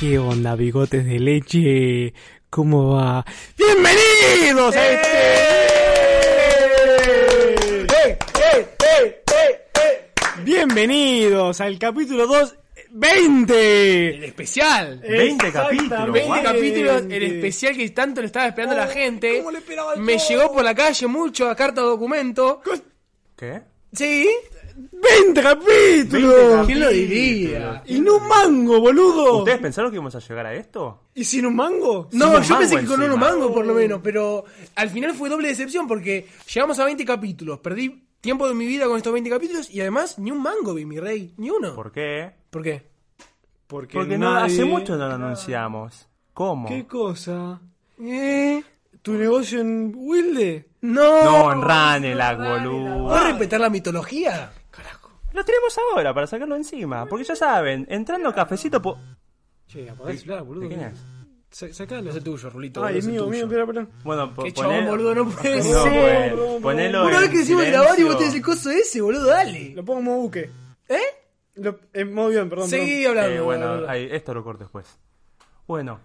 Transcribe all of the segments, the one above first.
¿Qué onda, bigotes de leche? ¿Cómo va? ¡Bienvenidos a este! ¡Eh! Bienvenidos al capítulo 2, 20. El especial. 20 Exactamente. capítulos. 20 guau. capítulos, el especial que tanto le estaba esperando a la gente. Oh, ¿cómo le esperaba Me yo? llegó por la calle mucho a carta documento. ¿Qué? Sí. 20 capítulos. ¿Quién lo diría? Y no un mango, boludo. ¿Ustedes pensaron que íbamos a llegar a esto? ¿Y sin un mango? Oh. No, Somos yo pensé que mango con uno encima. mango por lo menos, pero al final fue doble decepción porque llegamos a 20 capítulos, perdí tiempo de mi vida con estos 20 capítulos y además ni un mango vi, mi rey, ni uno. ¿Por, ¿Por qué? qué? Porque, Porque no, hace mucho no lo anunciamos. ¿Cómo? ¿Qué cosa? Eh, ¿Tu negocio en Wilde? no. No, en Ranelag, boludo. ¿Puedo respetar la mitología? Lo tenemos ahora para sacarlo encima. Porque ya saben, entrando cafecito po... Che, apagá el celular, boludo. ¿De quién es? Sa- Sacalo. No es tuyo, Rulito. Ay, no es mío, tuyo. mío, espera, espera. Bueno, po- Qué chabón, poné- boludo, no puede No, ser. bueno, boludo. ponelo Una vez en que decimos silencio. grabar y vos tenés el coso ese, boludo, dale. Lo pongo en modo buque. ¿Eh? Lo, en modo avión, perdón. Seguí Eh, hablando. bueno, ahí, esto lo corto después. Bueno,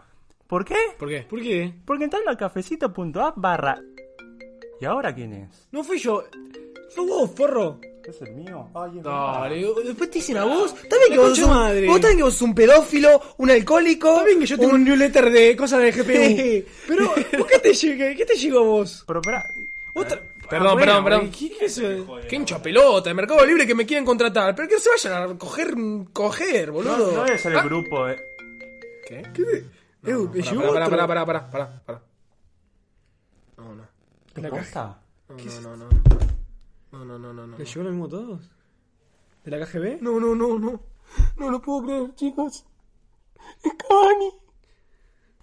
¿por qué? ¿Por qué? perdón. ¿Por qué? Porque entrando a cafecito.app barra... ¿Y ahora quién es? No fui yo. Fue Oh, vos, forro. ¿Es el mío? Ah, Ay, es Dale, después te dicen a vos. Está bien que vos concha sos un, madre. vos también que vos sos un pedófilo, un alcohólico. Está bien que yo tengo un newsletter de cosas de GPU. pero, ¿por qué te llegó? ¿Qué te llegó a vos? Pero pará. Otra- Perdón, Ah, perdón, bueno, perdón. ¿Qué, qué es eso? Qué hincha pelota, de Mercado Libre que me quieren contratar. Pero que se vayan a coger, coger, No, boludo. no es el Ah, grupo, eh. ¿Qué? ¿Qué te... Edu, te llegó Pará, pará, otro. pará, pará, pará, pará, pará. No, no. ¿Qué cosa? No, no, no, no. No, no, no, no. ¿Le llegó lo mismo a todos? ¿De la KGB? No, no, no, no. No lo puedo creer, chicos. Es Cavani.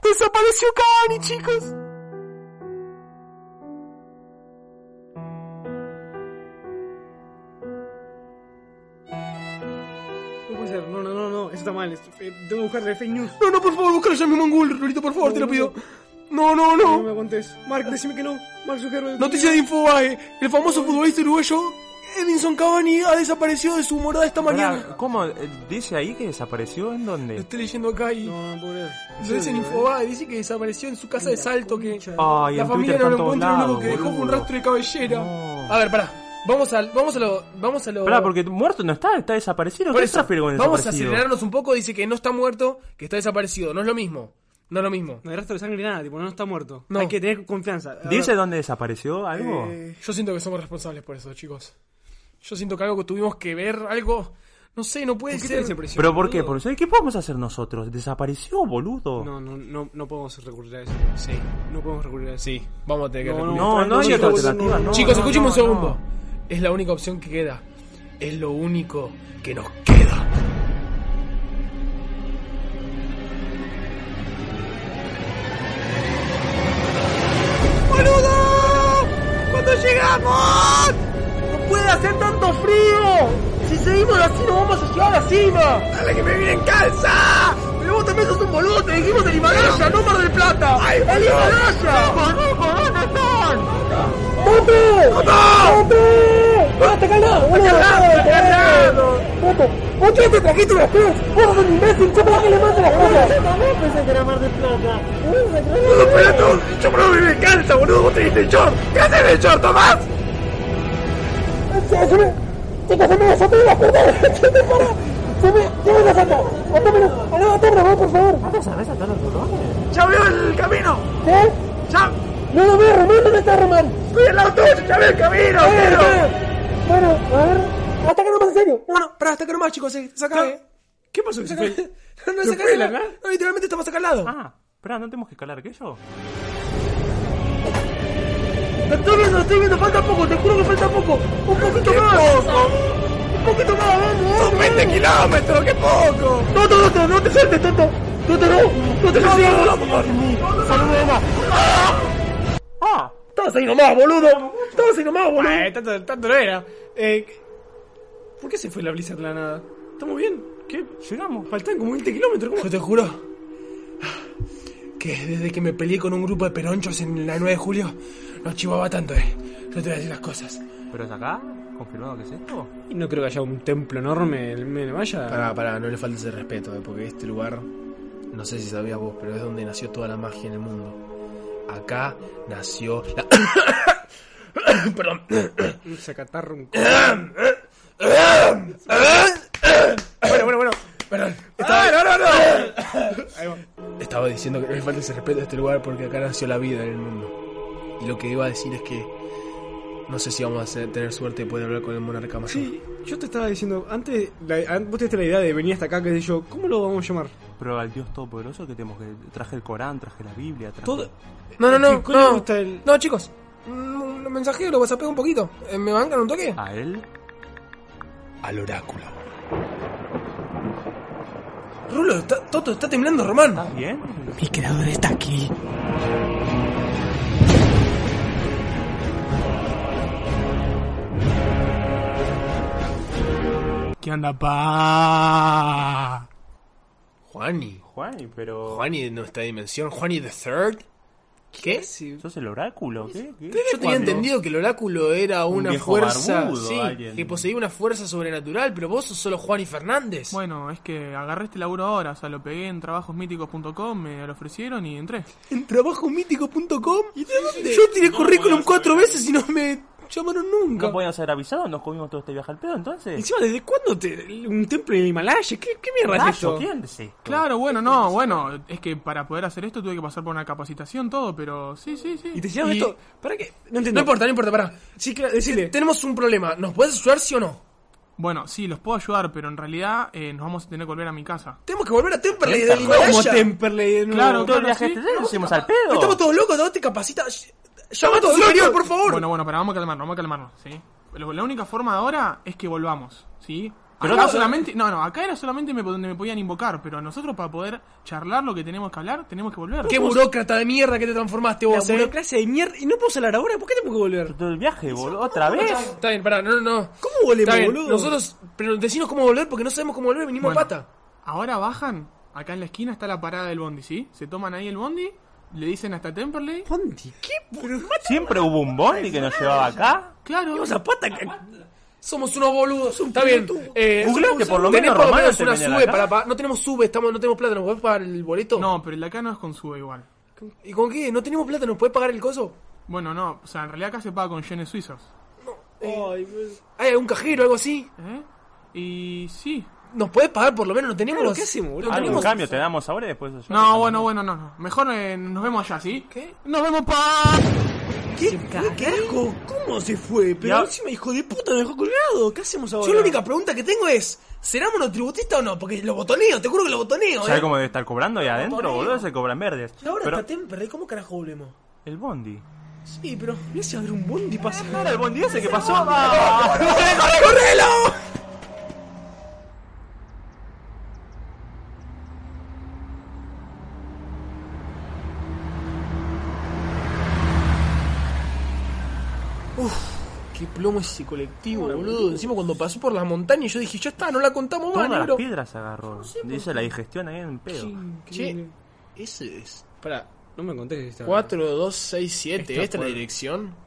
Desapareció Cavani, chicos. No puede ser. No, no, no, no. Eso está mal. Es- eh, Tengo que buscar de fake news. No, no, por favor, búscalo ya mismo en Google, Rulito, por favor, te lo pido. No, no, No me no. contés. Mark, decime que no. Mark Zuckerberg. Noticia de Infobae. El famoso futbolista uruguayo Edinson Cavani ha desaparecido de su morada esta mañana. Pará, ¿Cómo? Eh, ¿Dice ahí que desapareció? ¿En Lo dónde? estoy leyendo acá y... No, no puedo creer. Lo dice en Infobae, dice que desapareció en su casa de Salto, que Ay, la familia en Twitter no está lo en todos encuentra, lo único lados, que dejó fue un boludo. rastro de cabellera. No. A ver, pará. Vamos al, vamos a lo, vamos a lo... Pará, porque muerto no está, está desaparecido. Por ¿Qué eso, se refiere con vamos a desaparecido? acelerarnos un poco. Dice que no está muerto, que está desaparecido. No es lo mismo. No es lo mismo. No hay rastro de sangre ni nada, tipo, no está muerto. No. Hay que tener confianza. A ver, ¿Dice dónde desapareció algo? eh, Yo siento que somos responsables por eso, chicos. Yo siento que algo que tuvimos que ver, algo. No sé, no puede ¿Por qué te ser. desapareció? ¿Pero por qué? ¿Por qué? ¿Qué podemos hacer nosotros? ¿Desapareció, boludo? No, no, no, no podemos recurrir a eso. Sí. No podemos recurrir a eso. Sí, vamos a tener que No, recurrir. No, no, no, hay chicos, otra alternativa. no, no, Chicos, no, escuchen no, un segundo. no. Es la única opción que queda. Es lo único que nos queda. ¡Boludo! ¿Cuándo llegamos? ¡No puede hacer tanto frío! Si seguimos así, no vamos a llegar a la cima. ¡Dale que me viene en calza! Pero vos también sos un boludo, te dijimos el Himalaya, no Mar del Plata. ¡Ay, ¡El Himalaya! ¿Dónde están? ¡Moto! ¡Moto! ¡No, está calado, boludo! ¡Está calado! ¡Moto! ¡Vos te trajiste una cruz! ¡Vos sos un imbécil! ¿Cómo vas que le mandas las cosas? Yo también pensé que era Mar del Plata. ¡Boludo, pelotudo! ¡Yo por me encanta, boludo! ¡Vos te diste el short! ¿Qué haces en el short, Tomás? Chicos, se me desató la puta de la chota, para. Se me, se me desata. Atámelo, aló, atámelo, por favor. ¡Ya veo el camino! ¿Qué? ¡Ya! No lo veo, Román, ¿dónde está Román? ¡Estoy al lado tuyo! ¡Ya veo el camino! pero... Bueno, a ver, hasta que no más en serio. Bueno, pará, hasta acá nomás, chicos. eh. Sacá, eh. ¿Qué pasó? ¿Qué se Sacá. fue? No, no, ¿Se sacá, fue la sacá. acá? No, literalmente estamos acá al lado. Ah, espera, ¿no tenemos que calar aquello? Lo estoy viendo, lo estoy viendo, falta poco, te juro que falta poco. Un poquito más. Un poquito más, vamos. Son 20 kilómetros, qué poco. No, no, no, no te sientes tanto. No te no, no te sientes. Saludos, mamá. ¡Ah! Estabas ahí nomás, boludo. Estabas ahí nomás, boludo. Eh, tanto, tanto no era. Eh, ¿Por qué se fue la Blizzard de la nada? ¿Estamos bien? ¿Qué? Llegamos. Faltan como 20 kilómetros. ¿Cómo? Yo te juro que desde que me peleé con un grupo de peronchos en la 9 de julio, no chivaba tanto, eh. Yo te voy a decir las cosas. ¿Pero es acá? ¿Confirmado que es esto? Y no creo que haya un templo enorme en el medio de la valla. pará, no le faltes el respeto, porque este eh, lugar No sé si sabías vos, pero es donde nació toda la magia en el mundo. Acá nació la... Perdón. Un sacatarro. un c- bueno, bueno, bueno. Perdón. Ah, no, no, no. Estaba diciendo que no le falta ese respeto a este lugar porque acá nació la vida en el mundo. Y lo que iba a decir es que no sé si vamos a hacer- tener suerte de poder hablar con el monarca mayor. Sí, yo te estaba diciendo, antes, la- an- vos te la idea de venir hasta acá, qué sé yo, ¿cómo lo vamos a llamar? Pero al Dios Todopoderoso que tenemos que. Traje el Corán, traje la Biblia, traje. Todo- No, no, no. ¿Cuál le No, gusta el- no chicos. Los mensajeros lo WhatsApp un poquito. Eh, ¿Me bancan un toque? ¿A él? Al oráculo. Rulo, está- Toto, está temblando, Román. ¿Estás bien? Mi creador está aquí. ¿Qué onda, pa? Juani. Juan, pero. Juani de nuestra dimensión. Juani the Third. ¿Qué? ¿Sos el oráculo? ¿Qué? ¿Qué? Yo tenía ¿Cuándo? entendido que el oráculo era una viejo fuerza. barbudo, sí, alguien. que poseía una fuerza sobrenatural, pero vos sos solo Juan y Fernández. Bueno, es que agarré este laburo ahora, o sea, lo pegué en trabajosmíticos.com, me lo ofrecieron y entré. En trabajomítico.com. Yo tiré currículum cuatro veces y no me llamaron nunca. ¿No podíamos ser avisados? ¿Nos comimos todo este viaje al pedo entonces? Encima, ¿desde cuándo te, un templo en el Himalaya? ¿Qué, qué mierda es Rayo, esto? ¿quién es esto? Claro, bueno, no, bueno, es que para poder hacer esto tuve que pasar por una capacitación, todo, pero sí, sí, sí. ¿Y te hicieron Y- esto? ¿Para qué? No entiendo. No importa, no importa, pará. Sí, claro, decile. Tenemos un problema. ¿Nos podés ayudar, sí o no? Bueno, sí, los puedo ayudar, pero en realidad eh, nos vamos a tener que volver a mi casa. Tenemos que volver a Temperley del Como Himalaya. Temperley de nuevo. Claro, Todo el claro, viaje sí. este lo hicimos al pedo. Estamos todos locos, ¿no? Te capacita. Llama a tu superior, por favor. Bueno, bueno, pero vamos a calmarnos, vamos a calmarnos, ¿sí? Lo- La única forma ahora es que volvamos, ¿sí? Pero acá no- solamente, no, no, acá era solamente me- donde me podían invocar, pero nosotros para poder charlar lo que tenemos que hablar, tenemos que volver. Qué burócrata de mierda que te transformaste vos, La eh. burocracia de mierda. ¿Y no puedo hablar ahora? ¿Por qué tengo que volver? Todo el viaje, boludo. ¿Otra vez? Está bien, pará, no, no, no. ¿Cómo volvemos, Está bien, boludo? nosotros, pero decinos cómo volver porque no sabemos cómo volver, venimos Bueno, a pata. Ahora bajan, acá en la esquina está la parada del bondi, ¿sí? Se toman ahí el bondi, le dicen hasta Temperley. Ponti, ¿qué? Pero, ¿Siempre hubo un bondi que nos llevaba acá? Claro. ¿Vamos a pata? ca- Somos unos boludos. Está bien. Eh, Googleate, por lo tenés menos, por lo Román, menos antes una de venir sube acá. para, pa- No tenemos sube, estamos, no tenemos plata, ¿nos podés pagar el boleto? No, pero el de acá no es con sube igual. ¿Y con qué? ¿No tenemos plata? ¿Nos podés pagar el coso? Bueno, no, o sea, en realidad acá se paga con yenes suizos. Ay, pues, ¿Hay algún Ah, cajero o algo así? ¿Eh? Y sí. ¿Nos podés pagar por lo menos? ¿No tenemos? Claro, ¿qué hacemos, boludo? ¿No Ah, Algún tenemos? cambio te damos ahora y después. yo- No, bueno, bueno, no, no. Mejor eh, nos vemos allá, ¿sí? ¿Qué? Nos vemos pa. ¿Qué, qué, qué asco? ¿Cómo se fue? Pero Ya. encima, hijo de puta, me dejó colgado. ¿Qué hacemos ahora? Yo la única pregunta que tengo es, ¿será monotributista o no? Porque lo botoneo, te juro que lo botoneo, ¿Sabes eh. cómo debe estar cobrando ahí adentro, Motorero. boludo? Se cobran verdes. Y ahora Pero está Temperley, ¿cómo carajo volvemos? el bondi. Sí, pero mirá si va a haber un bondi pasando. el bondi ese que pasó? ¡Corre, corre, correlo! Uf, qué plomo ese colectivo, boludo. Encima cuando pasó por las montañas yo dije, ya está, no la contamos más, Todas las negro. piedras agarró. Dice la digestión ahí en pedo. Che, ese es. Pará, no me contés esta. 4267, Esta ¿esta es la fue- dirección?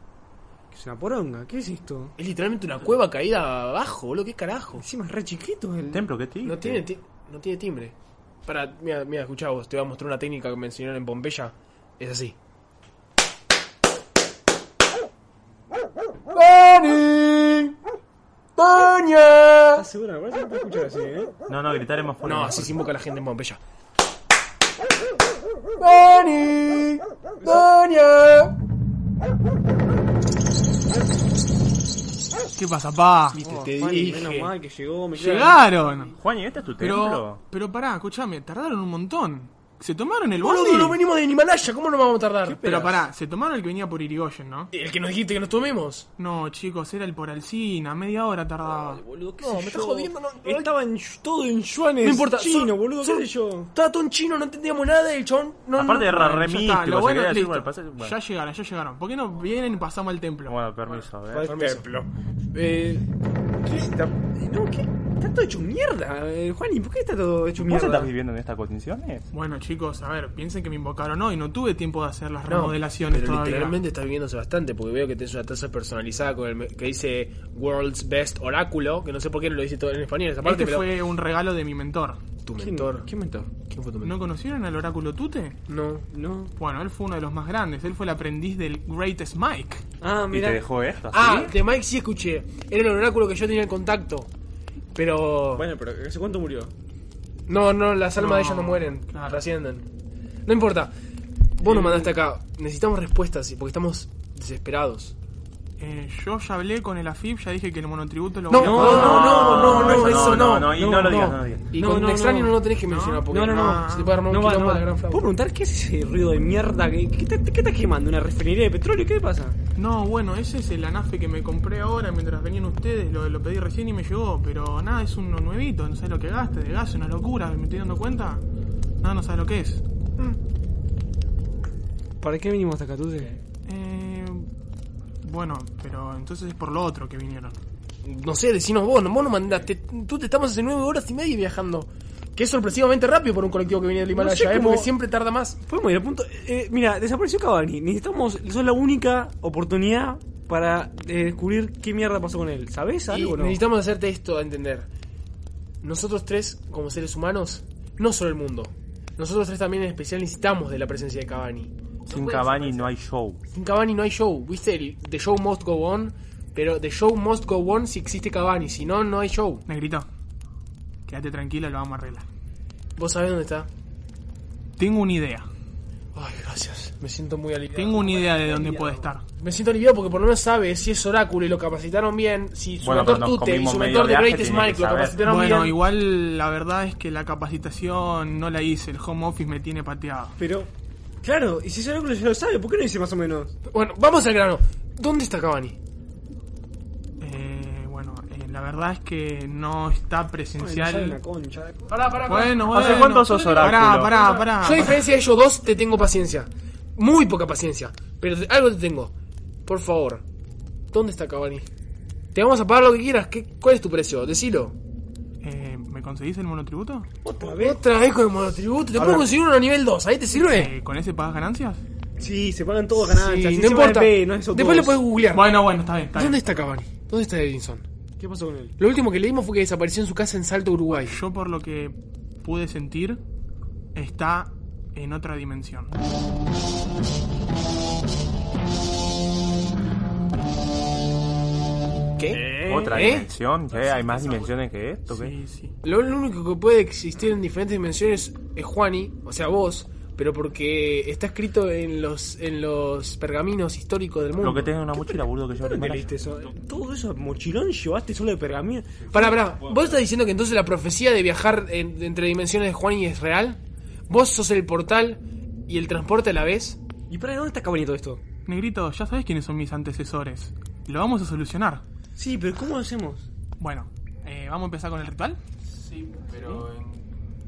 Es una poronga, ¿qué es esto? Es literalmente una cueva caída abajo, boludo, qué carajo. Encima es re chiquito el. ¿Templo qué te No dije? tiene, ti- no tiene timbre. Para, mira, mira, escuchá vos, te voy a mostrar una técnica que me enseñaron en Pompeya. Es así. ¡Dani! ¡Doña! ¿Estás segura? Me parece que puedo escuchar así, ¿eh? No, no, gritaremos fuerte. No, así se invoca a la gente en Pompeya. ¡Dani! ¡Doña! ¿Qué pasa, pa? te Oh, Menos dije. mal que llegó, me queda- Llegaron. Juan, ¿y este es tu templo? Pero pero pará, escúchame, tardaron un montón. ¿Se tomaron el bondi? Boludo, no venimos de Himalaya, ¿cómo nos vamos a tardar? pero pará, se tomaron el que venía por Irigoyen, ¿no? El que nos dijiste que nos tomemos. No, chicos, era el por Alcina, media hora tardaba. Boludo, ¿qué No, sé me estás yo? jodiendo, no- no- Estaba en, todo en yuanes. No importa, Chino, son- boludo, son- qué sé yo. Estaba todo en chino, no entendíamos nada y el chabón no. Aparte no- era Bueno, re ya está, místico, lo se bueno, quería decir, listo. bueno, pasa- bueno. Ya llegaron, ya llegaron. ¿Por qué no vienen y pasamos al templo? Pues, Bueno, permiso, eh. Permiso. Eh, ¿Qué es esta? No, ¿qué? Está todo hecho mierda. Eh, Juani, ¿por qué está todo hecho ¿Vos mierda? estás viviendo en estas condiciones? Bueno, chicos, a ver, piensen que me invocaron hoy. No tuve tiempo de hacer las No, remodelaciones pero todavía. literalmente está viviéndose bastante porque veo que tenés una taza personalizada con el, me- que dice World's Best Oráculo, que no sé por qué no lo dice todo en español esa parte, Este pero fue un regalo de mi mentor. tu ¿Quién, mentor, ¿Quién mentor? ¿quién fue tu mentor? ¿No conocieron al oráculo Tute? No, no. Bueno, él fue uno de los más grandes. Él fue el aprendiz del Greatest Mike. Ah, ¿Y te mira. dejó esto así? Ah, de Mike sí escuché. Era el oráculo que yo tenía en contacto. Pero Bueno, pero ¿hace cuánto murió? no, no, las almas No, de ellos no mueren, claro. trascienden. No importa. Vos nos mandaste acá. Necesitamos respuestas porque estamos desesperados. Eh, yo ya hablé con el AFIP, ya dije que el monotributo lo No, voy a- no, no, no, no, no, eso eso no. no, no, y no lo digas, no lo digas. Y No, con no, extraño no. no. lo tenés que mencionar porque No, no, no. se te puede armar un no, va, quilombo no va. de la gran flauta. ¿Puedo preguntar qué es ese ruido de mierda? ¿Qué, qué, te- qué estás quemando? ¿Una refinería de petróleo? ¿Qué te pasa? No, bueno, ese es el anafe que me compré ahora mientras venían ustedes, lo, lo pedí recién y me llegó, pero nada, es uno nuevito, no sé lo que gaste, de gas, una locura, ¿me estoy dando cuenta? Nada, no sabes lo que es. ¿Para qué vinimos hasta acá, tú? te- Eh, bueno, pero entonces es por lo otro que vinieron. No sé, decinos vos, no- vos nos mandaste. Tú te estamos hace nueve horas y media viajando. Que es sorpresivamente rápido por un colectivo que viene del Himalaya, sé ¿eh? cómo- porque siempre tarda más. Podemos ir a punto. Eh, mira, desapareció Cavani. Necesitamos. Sos la única oportunidad para eh, descubrir qué mierda pasó con él. ¿Sabés Y algo o no? necesitamos hacerte esto a entender. Nosotros tres, como seres humanos, no solo el mundo. Nosotros tres también en especial necesitamos de la presencia de Cavani. Sin Cavani no hay show. Sin Cavani no hay show, ¿viste? El, the show must go on, pero the show must go on si existe Cavani, si no, no hay show. Negrito, quédate tranquilo, lo vamos a arreglar. ¿Vos sabés dónde está? Tengo una idea, Ay, gracias. Me siento muy aliviado. tengo una idea de dónde puede estar. Me siento aliviado porque por lo menos sabe si es oráculo y lo capacitaron bien, si su Bueno, pero mentor nos Tute y comimos su medio mentor The viaje, Greatest tiene que Mike lo saber. capacitaron bueno, bien. igual la verdad es que la capacitación no la hice, el home office me tiene pateado. Pero. Claro, y si ese oráculo ya lo sabe, ¿por qué no dice más o menos? Bueno, vamos al grano. ¿Dónde está Cavani? Eh, bueno, eh, la verdad es que no Ay, no está sabe una presencial. concha de- Pará, pará, Bueno, bueno. ¿Hace cuánto sos Pará, oráculo? pará, pará. Yo a diferencia de ellos dos te tengo paciencia. Muy poca paciencia. Pero te- algo te tengo. Por favor. ¿Dónde está Cavani? Te vamos a pagar lo que quieras. ¿Qué, ¿Cuál es tu precio? Decilo. Eh, ¿Me conseguís el monotributo? ¿Otra vez? con el monotributo. Te puedo conseguir uno a nivel 2. ¿Ahí te sirve? Eh, ¿Con ese pagas ganancias? Sí, se pagan todos ganancias. Sí, y no encima es importa. B, no es Después lo puedes googlear. Bueno, bueno, está bien, está ¿Dónde bien. está Cavani? ¿Dónde está Edinson? ¿Qué pasó con él? Lo último que leímos fue que desapareció en su casa en Salto, Uruguay. Yo por lo que pude sentir, está en otra dimensión. ¿Qué? ¿Otra ¿Eh? dimensión? ¿Qué? ¿Hay más dimensiones que esto? ¿Qué? Sí, sí. Lo lo único que puede existir en diferentes dimensiones es Juani, o sea vos, pero porque está escrito en los en los pergaminos históricos del mundo. Lo que tenés en una mochila, burdo, que yo ¿Dónde leíste eso? Todo eso mochilón llevaste solo de pergamino. Pará, pará, ¿vos estás diciendo que entonces la profecía de viajar en- entre dimensiones de Juani es real? ¿Vos sos el portal y el transporte a la vez? ¿Y para dónde está Cavani todo esto? Negrito, ya sabés quiénes son mis antecesores. Lo vamos a solucionar. Sí, pero ¿cómo lo hacemos? Bueno, eh, ¿vamos a empezar con el ritual? Sí, pero...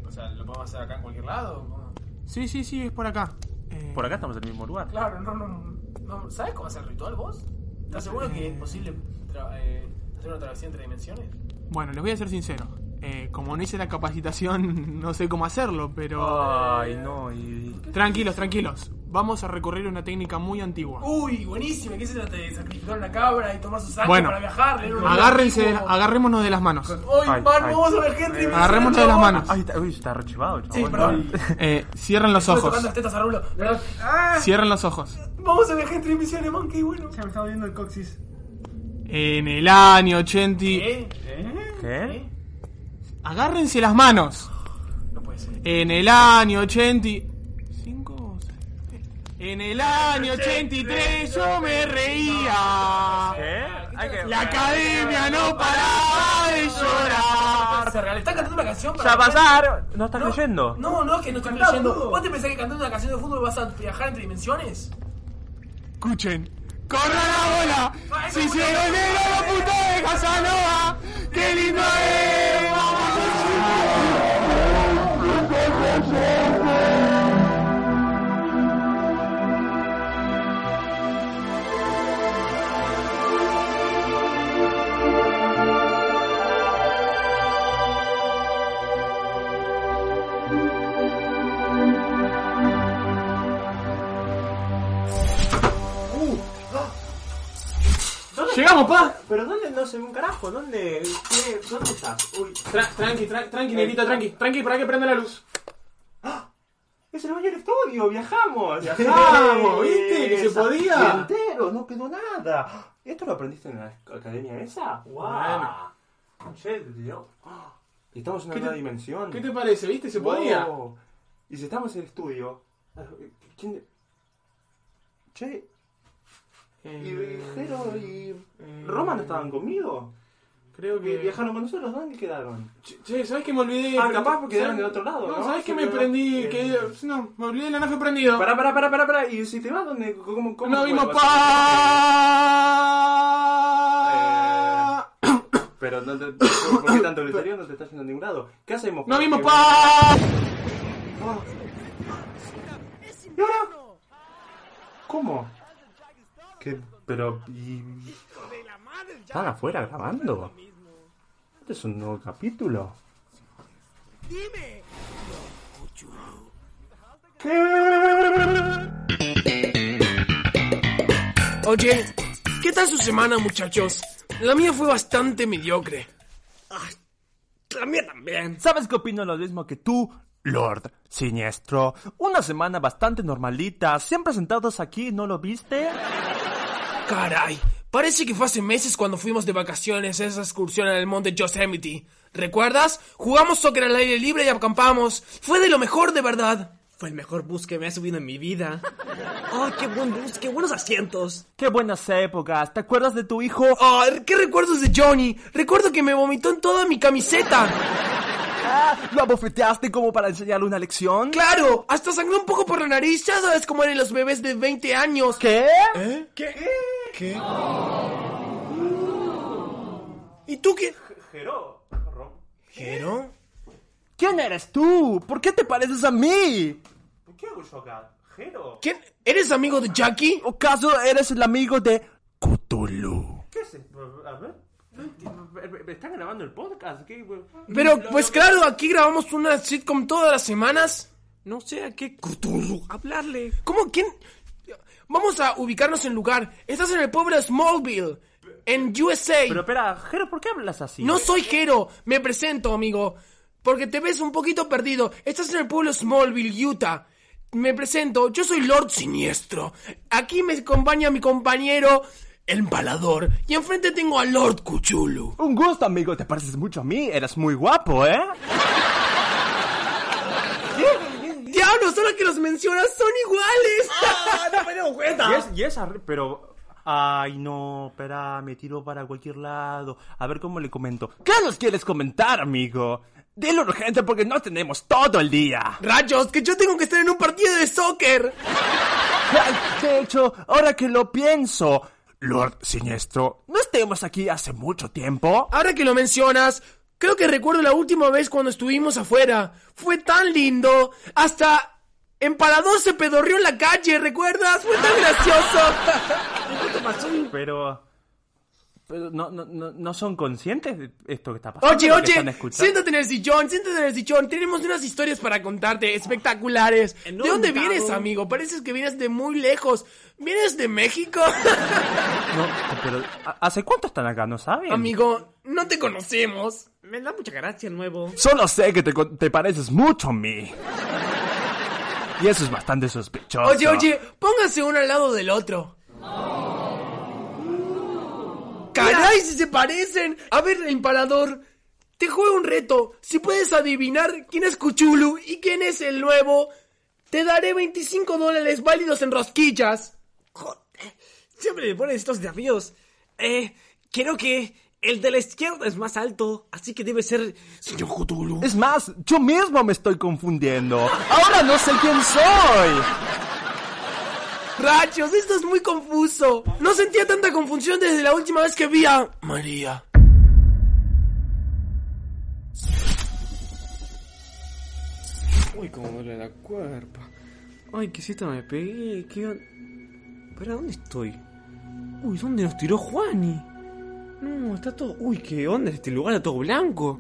o sea, ¿lo podemos hacer acá en cualquier lado? Sí, sí, sí, es por acá. Eh, Por acá estamos en el mismo lugar. Claro, no, no, no. ¿Sabes cómo hacer el ritual vos? ¿Estás seguro que es posible hacer una travesía entre dimensiones? Bueno, les voy a ser sincero. Eh, como no hice la capacitación, no sé cómo hacerlo, pero... Ay, no, y... Oh. Tranquilos, tranquilos. Vamos a recorrer una técnica muy antigua. Uy, buenísimo. ¿Qué se trata de sacrificar una cabra y tomar sus sangre Bueno, para viajar? Leer un Agárrense, de la- libro? agarrémonos de las manos. Uy, Ay, Marco, ay. vamos a ver Henry. Winslet, Agarrémonos de las chabón. manos. Ay, está, uy, está archivado, chaval. Sí, perdón. Eh, cierren los Estoy ojos. tocando las tetas a Rulo. Perdón. Ah, Cierren los ojos. vamos a ver Henry Misiones, man, qué bueno. me está viendo el coxis. En el año 80... y- ¿Eh? ¿Qué? Agárrense las manos. No puede ser. En el año 85. En el año 83 yo me reía. ¿Qué? Hay que... La academia no paraba de llorar. Se real, están cantando una canción para. ¡Ya pasaron! ¿No estás leyendo? No, no, es que no estoy leyendo. ¿Vos te pensás que cantando una canción de fútbol vas a viajar entre dimensiones? Escuchen. ¡Corra la bola! ¡Si llegó el negro a la puta de Casanova! ¡Qué lindo es! ¡Llegamos, pa! Pero ¿dónde? No sé, un carajo. ¿Dónde? ¿Qué? ¿Dónde estás? Uy, Tra- tranqui, tra- tranqui, negrita, tranqui. Tranqui, para que prenda la luz. es el mayor estudio. Viajamos. Viajamos, ¿viste? Que se Esa- podía. Entero, no quedó nada. ¿Esto lo aprendiste en la academia esa? ¡Wow! Che, tío. Ah, Estamos en una ¿Qué te- nueva dimensión. ¿Qué te parece? ¿Viste? Oh. ¿Se podía? Wow. Y si estamos en el estudio. eh, ¿Quién? Che, Eh, y Jero y. Roma no estaban conmigo. Creo Vi- que... Viajaron con nosotros, ¿dónde quedaron? Che, Che, ¿sabes que me olvidé? Ah, capaz porque ¿Sabes- eran del otro lado, No, ¿no? ¿sabes que Sí, me pero- prendí? Eh, Que... No, me olvidé la nave prendida. Pará, pará, pará, pará, pará. Y si te vas, ¿dónde? ¿Cómo? cómo no vimos vuelvas? pa. Eh. Pero no te- ¿por qué tanto griterío no te estás yendo a ningún lado? ¿Qué hacemos? No vimos Porque- pa. Ah. ¿Y ahora? ¿Cómo? ¿Qué? Pero. Y... ¿Están afuera grabando? ¿Este es un nuevo capítulo? Oye, ¿qué tal su semana, muchachos? La mía fue bastante mediocre. ¿Sabes que opino lo mismo que tú, Lord Siniestro? Una semana bastante normalita, siempre sentados aquí, ¿no lo viste? Caray, parece que fue hace meses cuando fuimos de vacaciones a esa excursión al monte Yosemite. ¿Recuerdas? Jugamos soccer al aire libre y acampamos. Fue de lo mejor de verdad. Fue el mejor bus que me ha subido en mi vida. ¡Oh, qué buen bus! ¡Qué buenos asientos! ¡Qué buenas épocas! ¿Te acuerdas de tu hijo? Ah, ¿Qué recuerdos de Johnny? Recuerdo que me vomitó en toda mi camiseta. Ah, ¿Lo abofeteaste como para enseñarle una lección? ¡Claro! Hasta sangró un poco por la nariz. Ya sabes cómo eran los bebés de 20 años. ¿Qué? ¿Y tú qué? Jero, Rom. ¿Jero? ¿Quién eres tú? ¿Por qué te pareces a mí? ¿Qué hago yo acá? ¿Jero? ¿Quién? ¿Eres amigo de Jackie? ¿O acaso eres el amigo de Cthulhu? ¿Qué es pues, esto? A ver. no entiendo. ¿Están grabando el podcast? ¿Qué? Pero, pues claro, aquí grabamos una sitcom todas las semanas. No sé a qué Cthulhu hablarle. ¿Cómo? ¿Quién? Vamos a ubicarnos en lugar. Estás en el pueblo de Smallville, en USA. Pero espera, Jero, ¿por qué hablas así? No soy Jero, me presento, amigo. Porque te ves un poquito perdido. Estás en el pueblo Smallville, Utah. Me presento, yo soy Lord Siniestro. Aquí me acompaña mi compañero, el empalador. Y enfrente tengo a Lord Cuchulu. Un gusto, amigo. Te pareces mucho a mí. Eres muy guapo, ¿eh? ¡Diablos! Ahora que los mencionas, son iguales. Yes, yes, arre- pero... Ay, no, espera, me tiro para cualquier lado. A ver cómo le comento. ¿Qué nos quieres comentar, amigo? Dilo urgente porque no tenemos todo el día. ¡Rayos! ¡Que yo tengo que estar en un partido de soccer! Ay, De hecho, ahora que lo pienso... Lord Siniestro, ¿no estemos aquí hace mucho tiempo? Ahora que lo mencionas, creo que recuerdo la última vez cuando estuvimos afuera. Fue tan lindo. Hasta empalador se pedorrió en la calle, ¿recuerdas? Fue tan gracioso. Pero... Pero no, no, no, no son conscientes de esto que está pasando. Oye, lo que están oye, escuchando. siéntate en el sillón, siéntate en el sillón. Tenemos unas historias para contarte, espectaculares. ¿De dónde vienes, amigo? Pareces que vienes de muy lejos. ¿Vienes de México? No, pero ¿ha- ¿hace cuánto están acá? ¿No saben? amigo, no te conocemos. Me da mucha gracia el nuevo. Solo sé que te, con- te pareces mucho a mí. Y eso es bastante sospechoso. Oye, oye, pónganse uno al lado del otro. ¡Caray, si se parecen! A ver, empalador, te juego un reto. Si puedes adivinar quién es Cuchulu y quién es el nuevo, te daré 25 dólares válidos en rosquillas. Joder, siempre me ponen estos desafíos. Eh, quiero que el de la izquierda es más alto, así que debe ser señor Cthulhu. Es más, yo mismo me estoy confundiendo. Ahora no sé quién soy. ¡Rachos, esto es muy confuso! No sentía tanta confusión desde la última vez que vi a... María. Uy, cómo duele la cuerpa. Ay, qué siesta me pegué. ¿Qué... on- ¿Para dónde estoy? Uy, ¿dónde nos tiró Juani? No, está todo. Uy, qué onda este lugar, está todo blanco.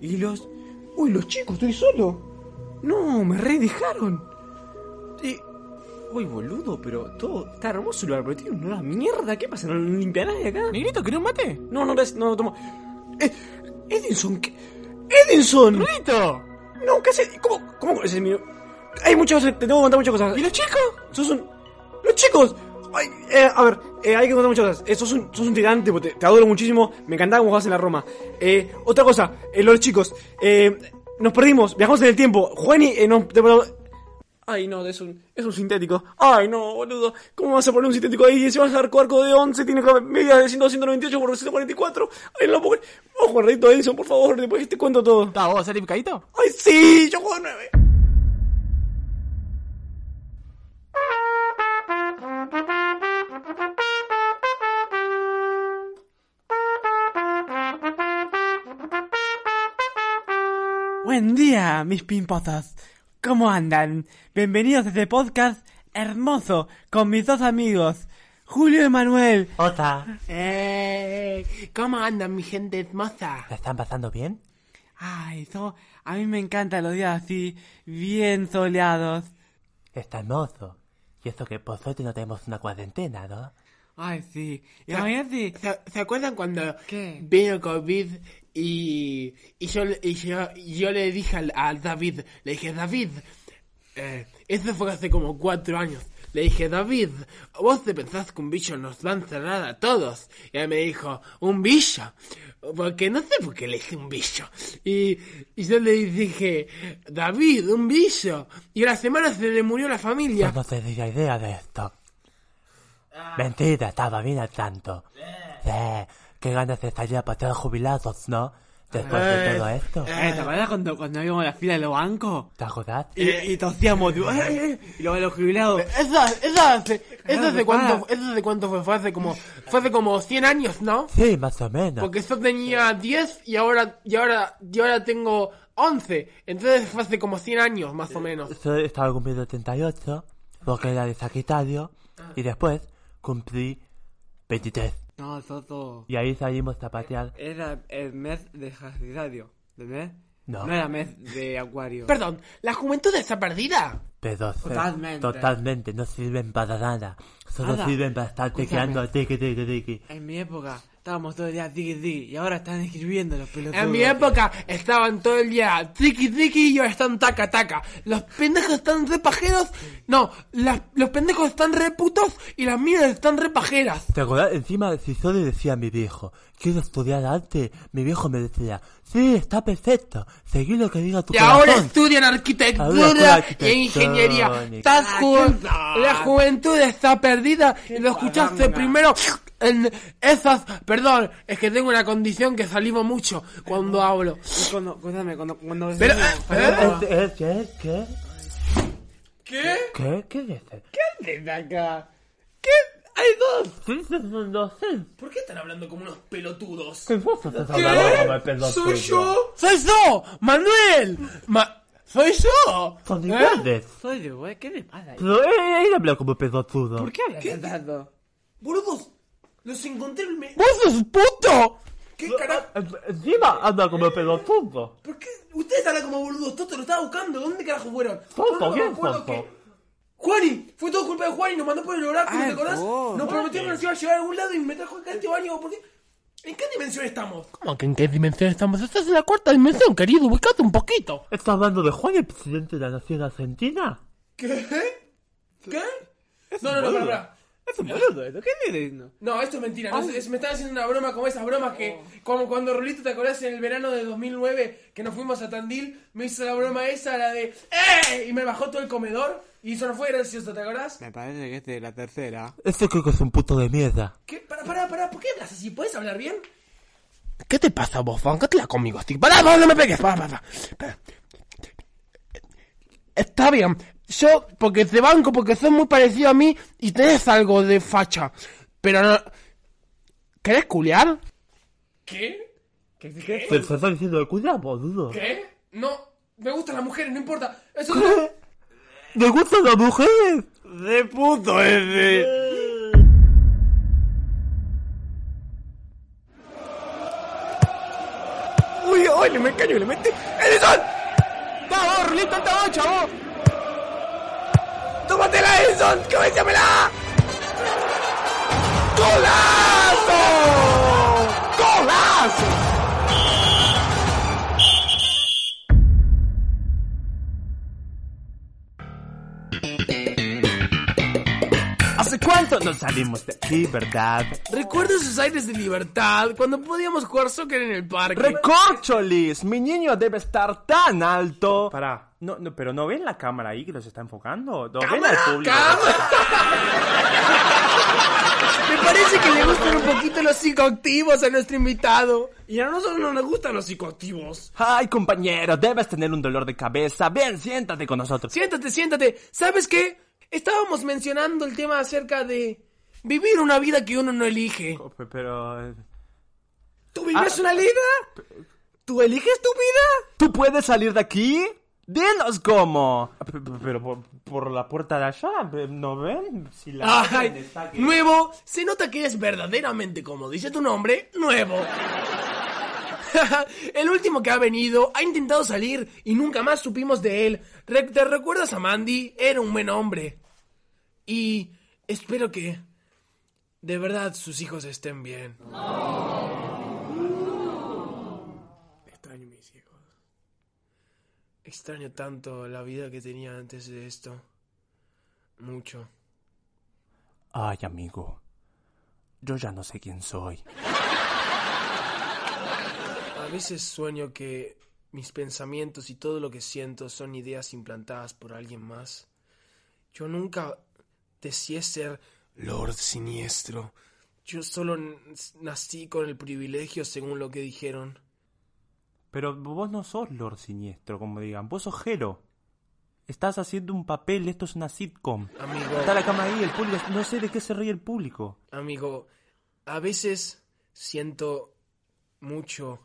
Y los. Uy, los chicos, estoy solo. No, me re dejaron. Y. Uy, boludo, pero todo está hermoso el lugar, pero tiene un olor a mierda. ¿Qué pasa? ¿No lo limpiará de acá? Negrito, ¿querés un mate? No, no, ves, no, toma. Eh, Edinson, ¿qué? ¡Edinson! ¡Negrito! No, ¿qué haces? ¿Cómo, cómo conoces mi... Hay muchas cosas, te tengo que contar muchas cosas. ¿Y los chicos? Sos un... ¡Los chicos! Ay, eh, a ver, eh, hay que contar muchas cosas. Eh, sos, un, sos un titán, tipo, te, te adoro muchísimo. Me encantaba cómo jugabas en la Roma. Eh, otra cosa, eh, los chicos. Eh, nos perdimos, viajamos en el tiempo. Juani, eh, nos... te- Ay, no, es un, es un sintético. Ay, no, boludo. ¿Cómo vas a poner un sintético ahí? Y si vas a dar arco de 11, tiene media de 100, 198 por 144. Ay, no lo puedo creer. Vamos, Juanito Edison, por favor, después te cuento todo. ¿Está vos, salí picadito? Ay, sí, yo juego 9. Buen día, mis pimpotas. ¿Cómo andan? Bienvenidos a este podcast hermoso con mis dos amigos, Julio y Manuel. Ota, Eh, ¿Cómo andan, mi gente hermosa? ¿la están pasando bien? Ay, so- a mí me encantan los días así, bien soleados. Está hermoso. Y eso que por suerte no tenemos una cuarentena, ¿no? Ay, sí. Y imagínate, ¿Se, se acuerdan cuando ¿Qué? vino COVID y, y, yo, y yo, yo le dije al, a David, le dije, David, eh, eso fue hace como cuatro años, le dije, David, vos te pensás que un bicho nos va a encerrar a todos. Y él me dijo, ¿un bicho? Porque no sé por qué le dije un bicho. Y, y yo le dije, David, un bicho. Y a la semana se le murió la familia. Yo no tenía idea de esto. Ah. Mentira, estaba bien al tanto. Eh, qué ganas de salir a pasear jubilados, ¿no? Después de todo esto. eh, ¿te acuerdas cuando, cuando íbamos a la fila de los bancos? ¿Te acordás? Y, y tosíamos, tipo, "Eh, eh", y luego los jubilados. Eso, eso hace, eso Claro, hace cuánto, eso hace cuánto fue, fue hace como, fue hace como 100 años, ¿no? Sí, más o menos. Porque yo tenía 10 y ahora, y ahora, y ahora tengo 11, entonces fue hace como 100 años más o menos. Yo estaba cumpliendo 38, porque era de Sagitario, y después cumplí 23. No, Soto. Y ahí salimos a patear. Era el mes de Sagitario, ¿entendés? No. No era mes de Acuario. Perdón, ¿la juventud está perdida? Pero se- Totalmente. totalmente, no sirven para nada. Solo Nada. Em- sirven para estar tecleando tiki tiki tiki. En mi época estábamos todo el día tiki tiki y ahora están escribiendo los pelotudos. En mi época estaban todo el día triqui triqui y ahora están taca taca. Los pendejos están re pajeros, no, las- los pendejos están re putos y las minas están re pajeras. ¿Te acordás? Encima, si yo le decía a mi viejo, quiero estudiar arte, mi viejo me decía, sí, está perfecto, seguí lo que diga tu Y corazón. ahora estudian Ahora estudian arquitectura e ingeniería. arquitectónica. Estás ju- la juventud está perdida y lo escuchaste primero en esas... Perdón, es que tengo una condición que salivo mucho cuando hablo. Y Cuando, cuéntame, cuando, cuando Pero, ¿eh? ¿Eh? ¿Eh? ¿Qué? ¿Qué? ¿Qué? ¿Qué? ¿Qué dices? Hay dos. Sí, sí, sí, no sé. ¿Por qué están hablando como unos pelotudos? ¿Qué vos estás hablando como el ¿Qué? pelotudo? ¿Soy yo? ¡Soy yo! ¡Manuel! Ma- ¡Soy yo! Son ¿Eh? iguales. Soy de güey, ¿qué le pasa? Pero él, él habla como pelotudo. ¿Por qué hablas tanto? Boludos, los encontré en el... me- ¡Vos sos puto! ¿Qué carajo? Eh, Encima habla como pelotudo. ¿Por qué? Ustedes hablan como boludos. Toto lo estaba buscando. ¿Dónde carajo fueron? Tonto, Yo me bien acuerdo tonto. que- Juani, fue todo culpa de Juani, nos mandó por el oráculo, Ah, ¿te acordás? Nos prometió que nos iba a llevar a algún lado y me trajo acá a este baño, ¿por qué? ¿En qué dimensión estamos? ¿Cómo que en qué dimensión estamos? Estás en la cuarta dimensión, querido, ubicate un poquito. ¿Estás hablando de Juan, el presidente de la nación argentina? ¿Qué? ¿Qué? No, no, no, para, para. Es un boludo esto, ¿qué le diciendo? No, esto es mentira. no, es- me están haciendo una broma como esas bromas Oh. que, como cuando Rulito, ¿te acordás en el verano de 2009 que nos fuimos a Tandil? Me hizo la broma esa, la de ¡Eh! Y me bajó todo el comedor y eso no fue gracioso, ¿te acordás? Me parece que este es la tercera. Ese creo que es un puto de mierda. ¿Qué? Pará, pará, pará, ¿por qué hablas así? ¿Puedes hablar bien? ¿Qué te pasa, bofón? ¿Qué te la conmigo, tío? Pará, no, no me pegues, pará, pará, pará. Está bien, yo, porque te banco, porque sos muy parecido a mí y tenés algo de facha. Pero no. ¿Querés culiar? ¿Qué? Se se está diciendo el cuidado, boludo. ¿Qué? No, me gustan las mujeres, no importa. Eso ¿Le gustan las mujeres? ¡De puto ese! Uy, ay, le me caño, le mete. ¡Edison! ¡Está vos, Rulito, está vos, chavo! ¡Está ¡Tómatela, Edson! ¡Cabéciamela! ¡Golazo! ¡Golazo! ¿Hace cuánto no salimos de aquí, verdad? Recuerdo esos aires de libertad cuando podíamos jugar soccer en el parque. ¡Recorcholis! Mi niño debe estar tan alto. Pará. No, no, pero ¿no ven la cámara ahí que los está enfocando? ¿No ven al público? Me parece que le gustan un poquito los psicoactivos a nuestro invitado. Y a nosotros no nos gustan los psicoactivos. Ay, compañero, debes tener un dolor de cabeza. Ven, siéntate con nosotros. Siéntate, siéntate. ¿Sabes qué? Estábamos mencionando el tema acerca de vivir una vida que uno no elige. Pero... eh, ¿Tú Ah, vives una vida? ¿Tú eliges tu vida? ¿Tú puedes salir de aquí? ¡Dinos cómo! P- p- Ah, Pero por, por la puerta de allá, pe- ¿no ven? Si la gente Ay, está que- nuevo, se nota que es verdaderamente como dice tu nombre, nuevo. El último que ha venido ha intentado salir y nunca más supimos de él. Re- ¿Te recuerdas a Mandy? Era un buen hombre. Y espero que de verdad sus hijos estén bien. Extraño mis hijos. Extraño tanto la vida que tenía antes de esto. Mucho. Ay, amigo. Yo ya no sé quién soy. A veces sueño que mis pensamientos y todo lo que siento son ideas implantadas por alguien más. Yo nunca deseé ser Lord Siniestro. Yo solo n- nací con el privilegio según lo que dijeron. Pero vos no sos Lord Siniestro, como digan. Vos sos Jero. Estás haciendo un papel, esto es una sitcom. Amigo, Está la cama ahí, el público. No sé de qué se ríe el público. amigo, a veces siento mucho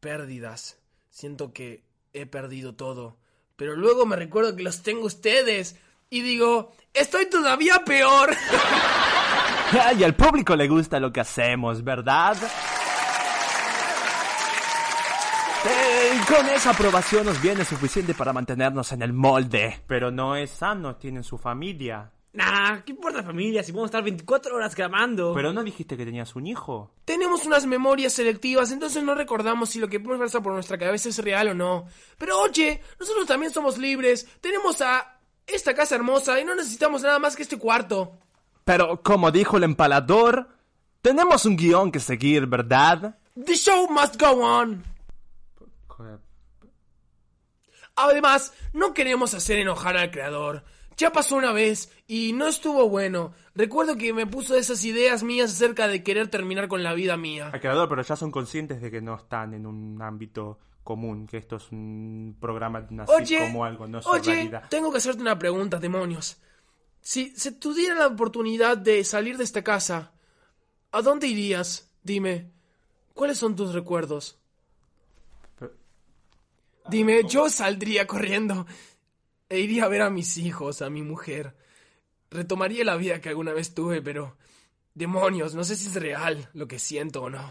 pérdidas. Siento que he perdido todo. Pero luego me recuerdo que los tengo ustedes. Y digo, estoy todavía peor. Ay, al público le gusta lo que hacemos, ¿verdad? Eh, con esa aprobación nos viene suficiente para mantenernos en el molde. Pero no es sano, tienen su familia. Nah, ¿qué importa familia si podemos estar 24 horas grabando? Pero no dijiste que tenías un hijo. Tenemos unas memorias selectivas, entonces no recordamos si lo que pasa por nuestra cabeza es real o no. Pero oye, nosotros también somos libres, tenemos a esta casa hermosa y no necesitamos nada más que este cuarto. Pero como dijo el empalador, tenemos un guión que seguir, ¿verdad? The show must go on. Además, no queremos hacer enojar al creador. Ya pasó una vez y no estuvo bueno. Recuerdo que me puso esas ideas mías acerca de querer terminar con la vida mía. Al creador, pero ya son conscientes de que no están en un ámbito común, que esto es un programa de una Oye, sitcom o algo, no es oye, realidad. tengo que hacerte una pregunta, demonios. Si se te diera la oportunidad de salir de esta casa, ¿a dónde irías? Dime, ¿cuáles son tus recuerdos? Pero- Dime, yo saldría corriendo e iría a ver a mis hijos, a mi mujer. Retomaría la vida que alguna vez tuve, pero... Demonios, no sé si es real lo que siento o no.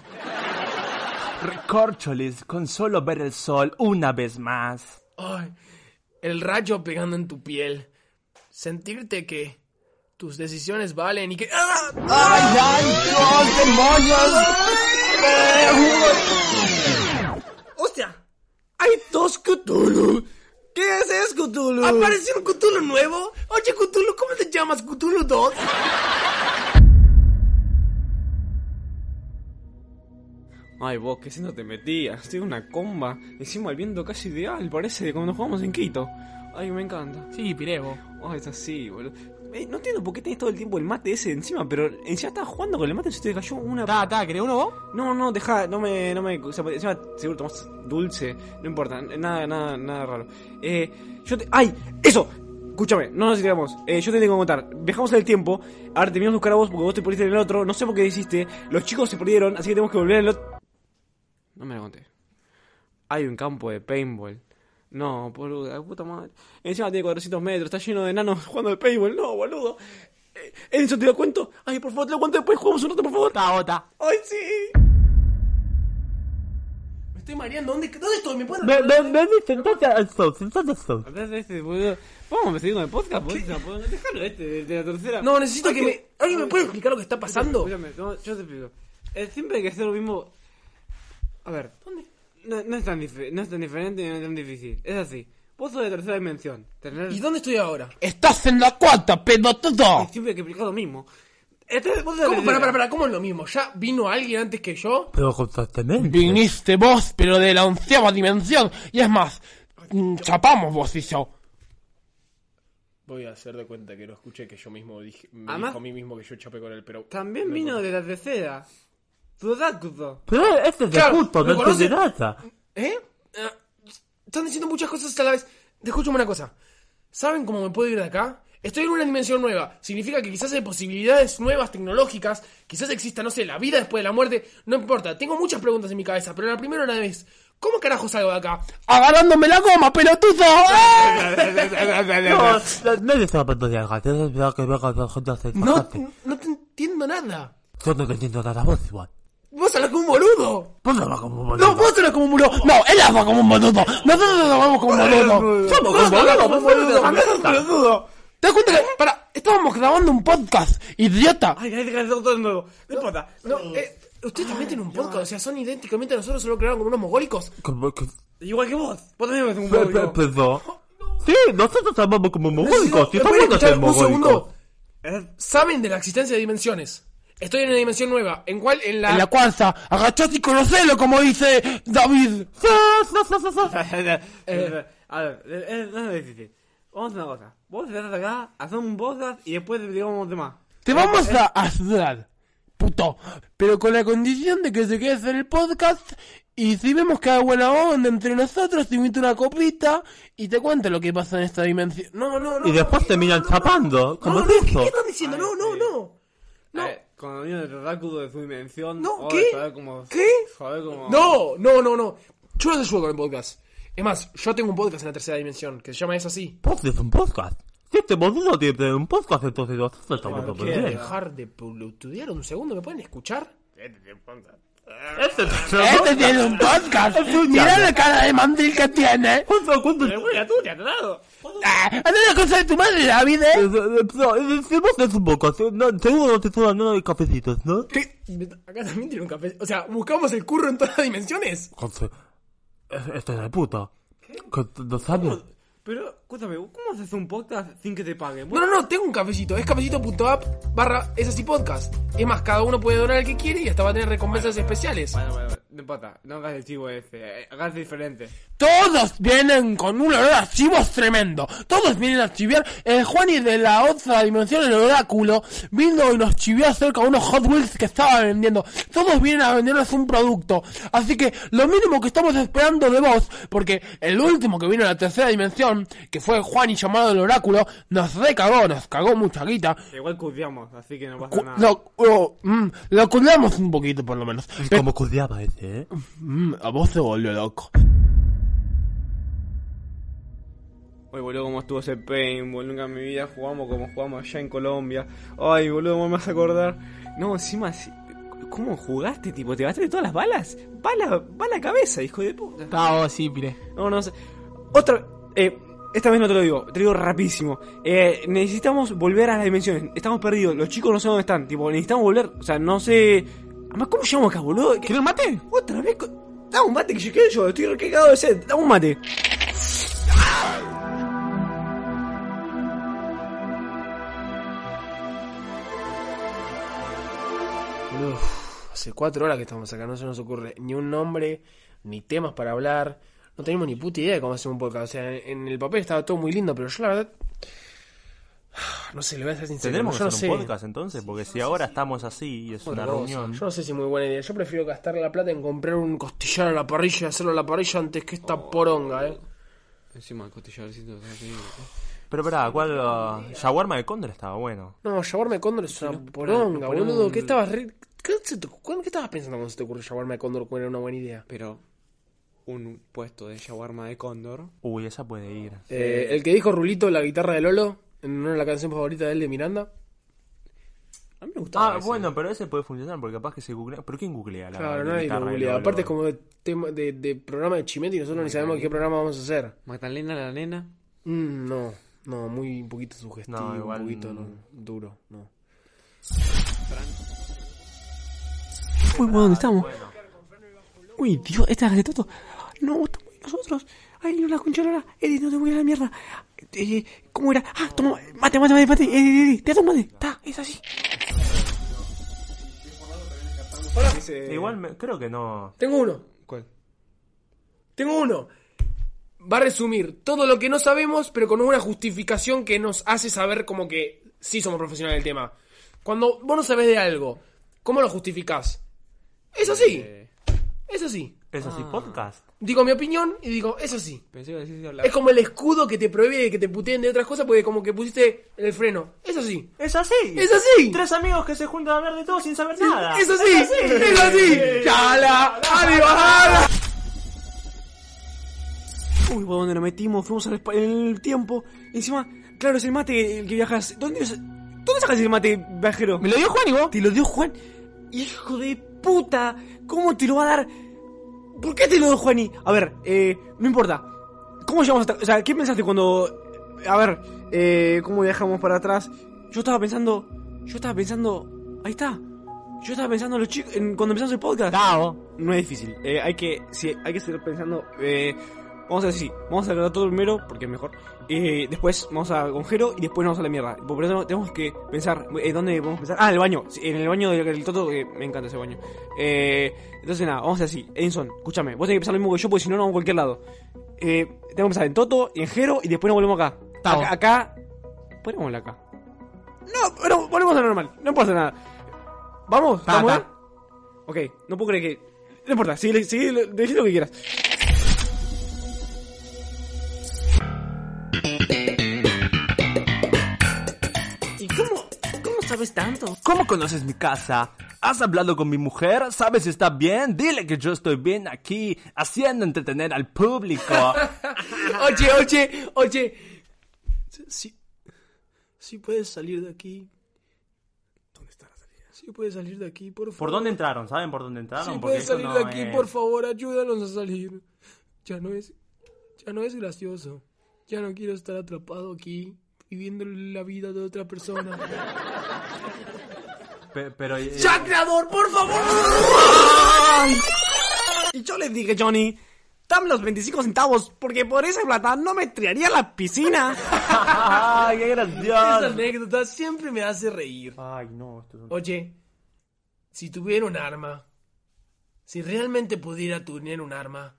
Recorcholis, con solo ver el sol una vez más. Ay, el rayo pegando en tu piel. Sentirte que tus decisiones valen y que... ¡Ah! ¡Ay, ay, Dios, demonios! ¡Hostia! ¡Hay dos Cthulhu! ¿Qué es eso, Cthulhu? ¿Apareció un Cthulhu nuevo? Oye, Cthulhu, ¿cómo te llamas? ¿Cthulhu 2? Ay, vos, ¿qué no te metías? Tengo una comba. Encima el viento casi ideal, parece, como nos jugamos en Quito. Ay, me encanta. Sí, Pirebo. Ay, está Oh, así, boludo. Eh, no entiendo por qué tenés todo el tiempo el mate ese encima, pero encima estabas jugando con el mate y se te cayó una... Ta, ta, ¿querés uno vos? No, no, deja, no me, no me, o sea, encima seguro tomás dulce, no importa, nada, nada, nada raro. Eh, yo te, ay, eso, escúchame, no nos digamos, eh, yo te tengo que contar, viajamos en el tiempo, ahora te vinimos a buscar a vos porque vos te perdiste en el otro, no sé por qué hiciste, los chicos se perdieron, así que tenemos que volver al otro. No me lo conté. Hay un campo de paintball. No, boludo, la puta madre. Encima tiene 400 metros, está lleno de enanos jugando de paintball, no, boludo. Eh, Enzo, te lo cuento. Ay, por favor, te lo cuento después, jugamos un rato, por favor. Ta, bota. ¡Ay, sí! Me estoy mareando. ¿Dónde, dónde estoy? ¿Me puedo Ven, ven, ven y sentate al sol, sentate al sol. Hablas de este, boludo. Vamos a seguir con el podcast, boludo. Podemos dejarlo este, de, de la tercera. No, necesito que me. ¿Alguien me puede explicar lo que está pasando? Escúchame, no, yo te explico. Eh, siempre hay que hacer lo mismo. A ver. ¿Dónde? No, no es tan dif- no es tan diferente ni no es tan difícil. Es así. Vos sos de tercera dimensión. Tener... ¿Y dónde estoy ahora? ¡Estás en la cuarta, pelotudo! Siempre hay que explicar lo mismo. Este, vos sos de ¿Cómo, tercera. para, para, para, ¿cómo es lo mismo? ¿Ya vino alguien antes que yo? Pero constantemente. Viniste vos, pero de la onceava dimensión. Y es más, mm, chapamos vos y yo. Voy a hacer de cuenta que no escuché que yo mismo dije. Me Además- dijo a mí mismo que yo chapé con él, pero. También vino de la tercera. Sudakudo. Pero este es de Claro, justo, ¿me no es conoces? de nada. ¿Eh? Ah, Están diciendo muchas cosas a la vez. Escúchame una cosa. ¿Saben cómo me puedo ir de acá? Estoy en una dimensión nueva. Significa que quizás hay posibilidades nuevas tecnológicas. Quizás exista, no sé, la vida después de la muerte. No importa. Tengo muchas preguntas en mi cabeza, pero la primera una vez. ¿Cómo carajo salgo de acá? Agarrándome la goma, pelotudo. ¡Ah! No, la- nadie se va a perdonar, gato. Es verdad que venga la gente a hacer No, bastante. no te entiendo nada. Yo no te entiendo nada vos igual. Vos hablas como un boludo. Vos no vas como un No, boludo. vos hablas como un boludo. No, él habla como un boludo. Nosotros hablamos como un boludo. Somos como Hablas boludo, como un boludo. Hablas como un boludo. ¿Te das cuenta que, para, estábamos grabando un podcast, idiota? Ay, hay que hacer todo de nuevo. No importa. No, eh, ustedes también tienen un podcast, o sea, son idénticamente a nosotros, solo crearon como unos mogólicos. Como que... Igual que vos. Vos también ves un Pe- pe- huevo. Perdón. Sí, nosotros amamos como mogólicos. Y ¿Me estamos pueden buenos escuchar ser un mogólicos. segundo? ¿Saben de la existencia de dimensiones? Estoy en una dimensión nueva. ¿En cuál? En la... En la cuarta, agachate y conocelo, como dice David. Eh, A ver, eh, eh, no es difícil. Vamos a hacer una cosa. Vos te vas acá, hacemos un podcast y después digamos demás. Te vamos a ayudar, puto. Pero con la condición de que se quedes en el podcast. Y si vemos que hay buena onda entre nosotros, te invito una copita y te cuento lo que pasa en esta dimensión. No, no, no. Y después terminan chapando. No, Como no, es ¿qué, eso. qué están diciendo? no, no, no. No. Eh, cuando vino el oráculo de su dimensión. No, oh, ¿qué? Joder, como, ¿Qué? Joder, como. No, no, no, no. Yo no te ayudo con el podcast. Es más, yo tengo un podcast en la tercera dimensión, que se llama Es así. Vos es un podcast. Si este boludo tiene que tener un podcast, entonces nosotros estamos como ¿Quieren bien. dejar de estudiar un segundo? ¿Me pueden escuchar? Este es Este tiene un podcast. Mirá la cara de mandril que tiene. ¿Cuánto, cuánto? Ah, anda la cosa de tu madre, David. Eh, ¿eh? eh, no, eh, Si vos es un podcast, eh, no, seguro no te están dando de cafecitos, ¿no? ¿Qué? Acá también tiene un café. O sea, buscamos el curro en todas las dimensiones. Entonces, eh, Esto es de puta. Que t- ¿No sabes? Pero, escúchame, ¿cómo haces un podcast sin que te paguen? No, no, no, tengo un cafecito. Es cafecito.app barra es así podcast. Es más, cada uno puede donar el que quiere y hasta va a tener recompensas especiales. Bueno, bueno, bueno, no importa, no hagas el chivo ese, eh, hagas diferente. Todos vienen con un olor a chivos tremendo. Todos vienen a chiviar. El Juani de la otra dimensión, el oráculo, vino y nos chivió acerca de unos Hot Wheels que estaba vendiendo. Todos vienen a vendernos un producto. Así que lo mínimo que estamos esperando de vos, porque el último que vino a la tercera dimensión, que fue Juani llamado el oráculo, nos recagó, nos cagó mucha guita. Igual curdiamos, así que no pasa Cu- nada. Lo, oh, mm, lo cuidamos un poquito por lo menos. Pe- Como cudeaba ese, ¿eh? mm, a vos se volvió loco. Oye, boludo, cómo estuvo ese paintball. Nunca en mi vida jugamos como jugamos allá en Colombia. Ay, boludo, ¿cómo me vas a acordar? No, encima, si- ¿cómo jugaste, tipo? ¿Te gastaste todas las balas? Bala, bala cabeza, hijo de puta. oh, Está sí, pire. No, no sé. Otra. Eh, esta vez no te lo digo, te lo digo rapidísimo. Eh, necesitamos volver a las dimensiones. Estamos perdidos, los chicos no sé dónde están. Tipo, necesitamos volver. O sea, no sé. Además, ¿cómo llegamos acá, boludo? ¿Qué- ¿Quieren mate? Otra vez. con- Dame un mate que yo quiero yo, estoy recagado de sed. Dame un mate. Uf, hace cuatro horas que estamos acá, no se nos ocurre ni un nombre, ni temas para hablar. No tenemos ni puta idea de cómo hacer un podcast. O sea, en, en el papel estaba todo muy lindo, pero yo la verdad. No sé, le voy a ser sincero. Tendremos yo que no hacer sé. un podcast entonces, porque si ahora estamos así y es una Otra cosa. reunión. Yo no sé si es muy buena idea. Yo prefiero gastar la plata en comprar un costillar a la parrilla y hacerlo a la parrilla antes que Oh. esta poronga, eh. Encima, el costillarcito. Pero verá, ¿cuál? ah, Shawarma de Condor estaba bueno. No, llamarme cóndor es una no poronga, ponemos boludo. ¿Qué un- estabas re- ¿Qué, se te- cuándo- qué estabas pensando cuando se te ocurrió llamarme cóndor cuando era una buena idea? Pero un puesto de shawarma de cóndor. Uy, esa puede ir. Eh, el que dijo Rulito la guitarra de Lolo, en una de las canciones favoritas de él de Miranda. A mí me gusta insulto. a Ah, veces. bueno, pero ese puede funcionar porque capaz que se googlea. ¿Pero quién googlea la Claro, la nadie lo guitarra y googlea. lo- Aparte es lo- como de, tema- de, de programa de Chimete y nosotros ni sabemos qué programa vamos a hacer. Magdalena la nena. Mm, no, no, muy un poquito sugestivo, No, igual un poquito no. no, duro, no. Uy, bueno, ¿dónde estamos? Uy, Dios, esta es la de Toto. No, estamos nosotros. Ay, no la concholola. Eddie, no te voy a la mierda. Eh, ¿Cómo era? Ah, toma, mate, mate, mate, mate. Eddie, Eddie, te tomo mate. Está, es así. Igual me- creo que no. Tengo uno. ¿Cuál? Tengo uno. Va a resumir todo lo que no sabemos, pero con una justificación que nos hace saber como que sí somos profesionales del tema. Cuando vos no sabés de algo, ¿cómo lo justificás? Es así, es así. ¿Es así podcast? Digo mi opinión y digo, es así. Pensé que decís hablar. Es como el escudo que te prohíbe de que te puteen de otras cosas porque como que pusiste en el freno. Es así. ¡Es así! ¡Es así! Tres amigos que se juntan a hablar de todo sin saber nada. ¡Es así! Eh. ¡Es así! ¡Chala! ¡Arriba! jala. Uy, ¿por dónde nos metimos? Fuimos al espa- el tiempo. Encima, claro, es el mate el que viajas. ¿Dónde, es- ¿Dónde sacas el mate, viajero? ¿Me lo dio Juan y vos? Te lo dio Juan. Hijo de puta. ¿Cómo te lo va a dar? ¿Por qué te lo dio Juani? A ver, eh, no importa. ¿Cómo llegamos hasta... O sea, ¿qué pensaste cuando... A ver, eh, ¿cómo viajamos para atrás? Yo estaba pensando... Yo estaba pensando... Ahí está. Yo estaba pensando en los chicos... en- cuando empezamos el podcast. oh. No es difícil. Eh, hay que... Sí, hay que seguir pensando... Eh, vamos a decir, vamos a todo primero, porque es mejor. Eh, después vamos a Gongero y después nos vamos a la mierda. Por eso tenemos que pensar, eh, ¿dónde podemos pensar? Ah, el baño. Sí, en el baño del, del Toto, que me encanta ese baño. Eh, entonces nada, vamos así. Edison, escúchame, vos tenés que pensar lo mismo que yo, porque si no, no vamos a cualquier lado. Eh, tenemos que pensar en Toto y en Jero y después nos volvemos acá. Tao. Acá, acá. Ponémosla acá. No, pero volvemos a lo normal, no pasa nada. ¿Vamos? Ta, ¿Estamos ta. bien? Ok, no puedo creer que... No importa, sigue, sigue, decí lo que quieras. ¿Y cómo, cómo sabes tanto? ¿Cómo conoces mi casa? ¿Has hablado con mi mujer? ¿Sabes si está bien? Dile que yo estoy bien aquí, haciendo entretener al público. Oye, oye, oye. Si, si puedes salir de aquí. ¿Dónde está la salida? Si puedes salir de aquí, por favor. ¿Por dónde entraron? ¿Saben por dónde entraron? Si Porque puedes eso salir no de aquí, es- por favor, ayúdanos a salir. Ya no es. Ya no es gracioso. Ya no quiero estar atrapado aquí, viviendo la vida de otra persona. Pe- pero, eh, ¡Ya, creador, por favor! Y yo les dije, Johnny, dame los 25 centavos, porque por esa plata no me tiraría a la piscina. ¡Ay, qué Esa gracioso! anécdota siempre me hace reír. Ay, no, esto es un... Oye, si tuviera un arma, si realmente pudiera tener un arma,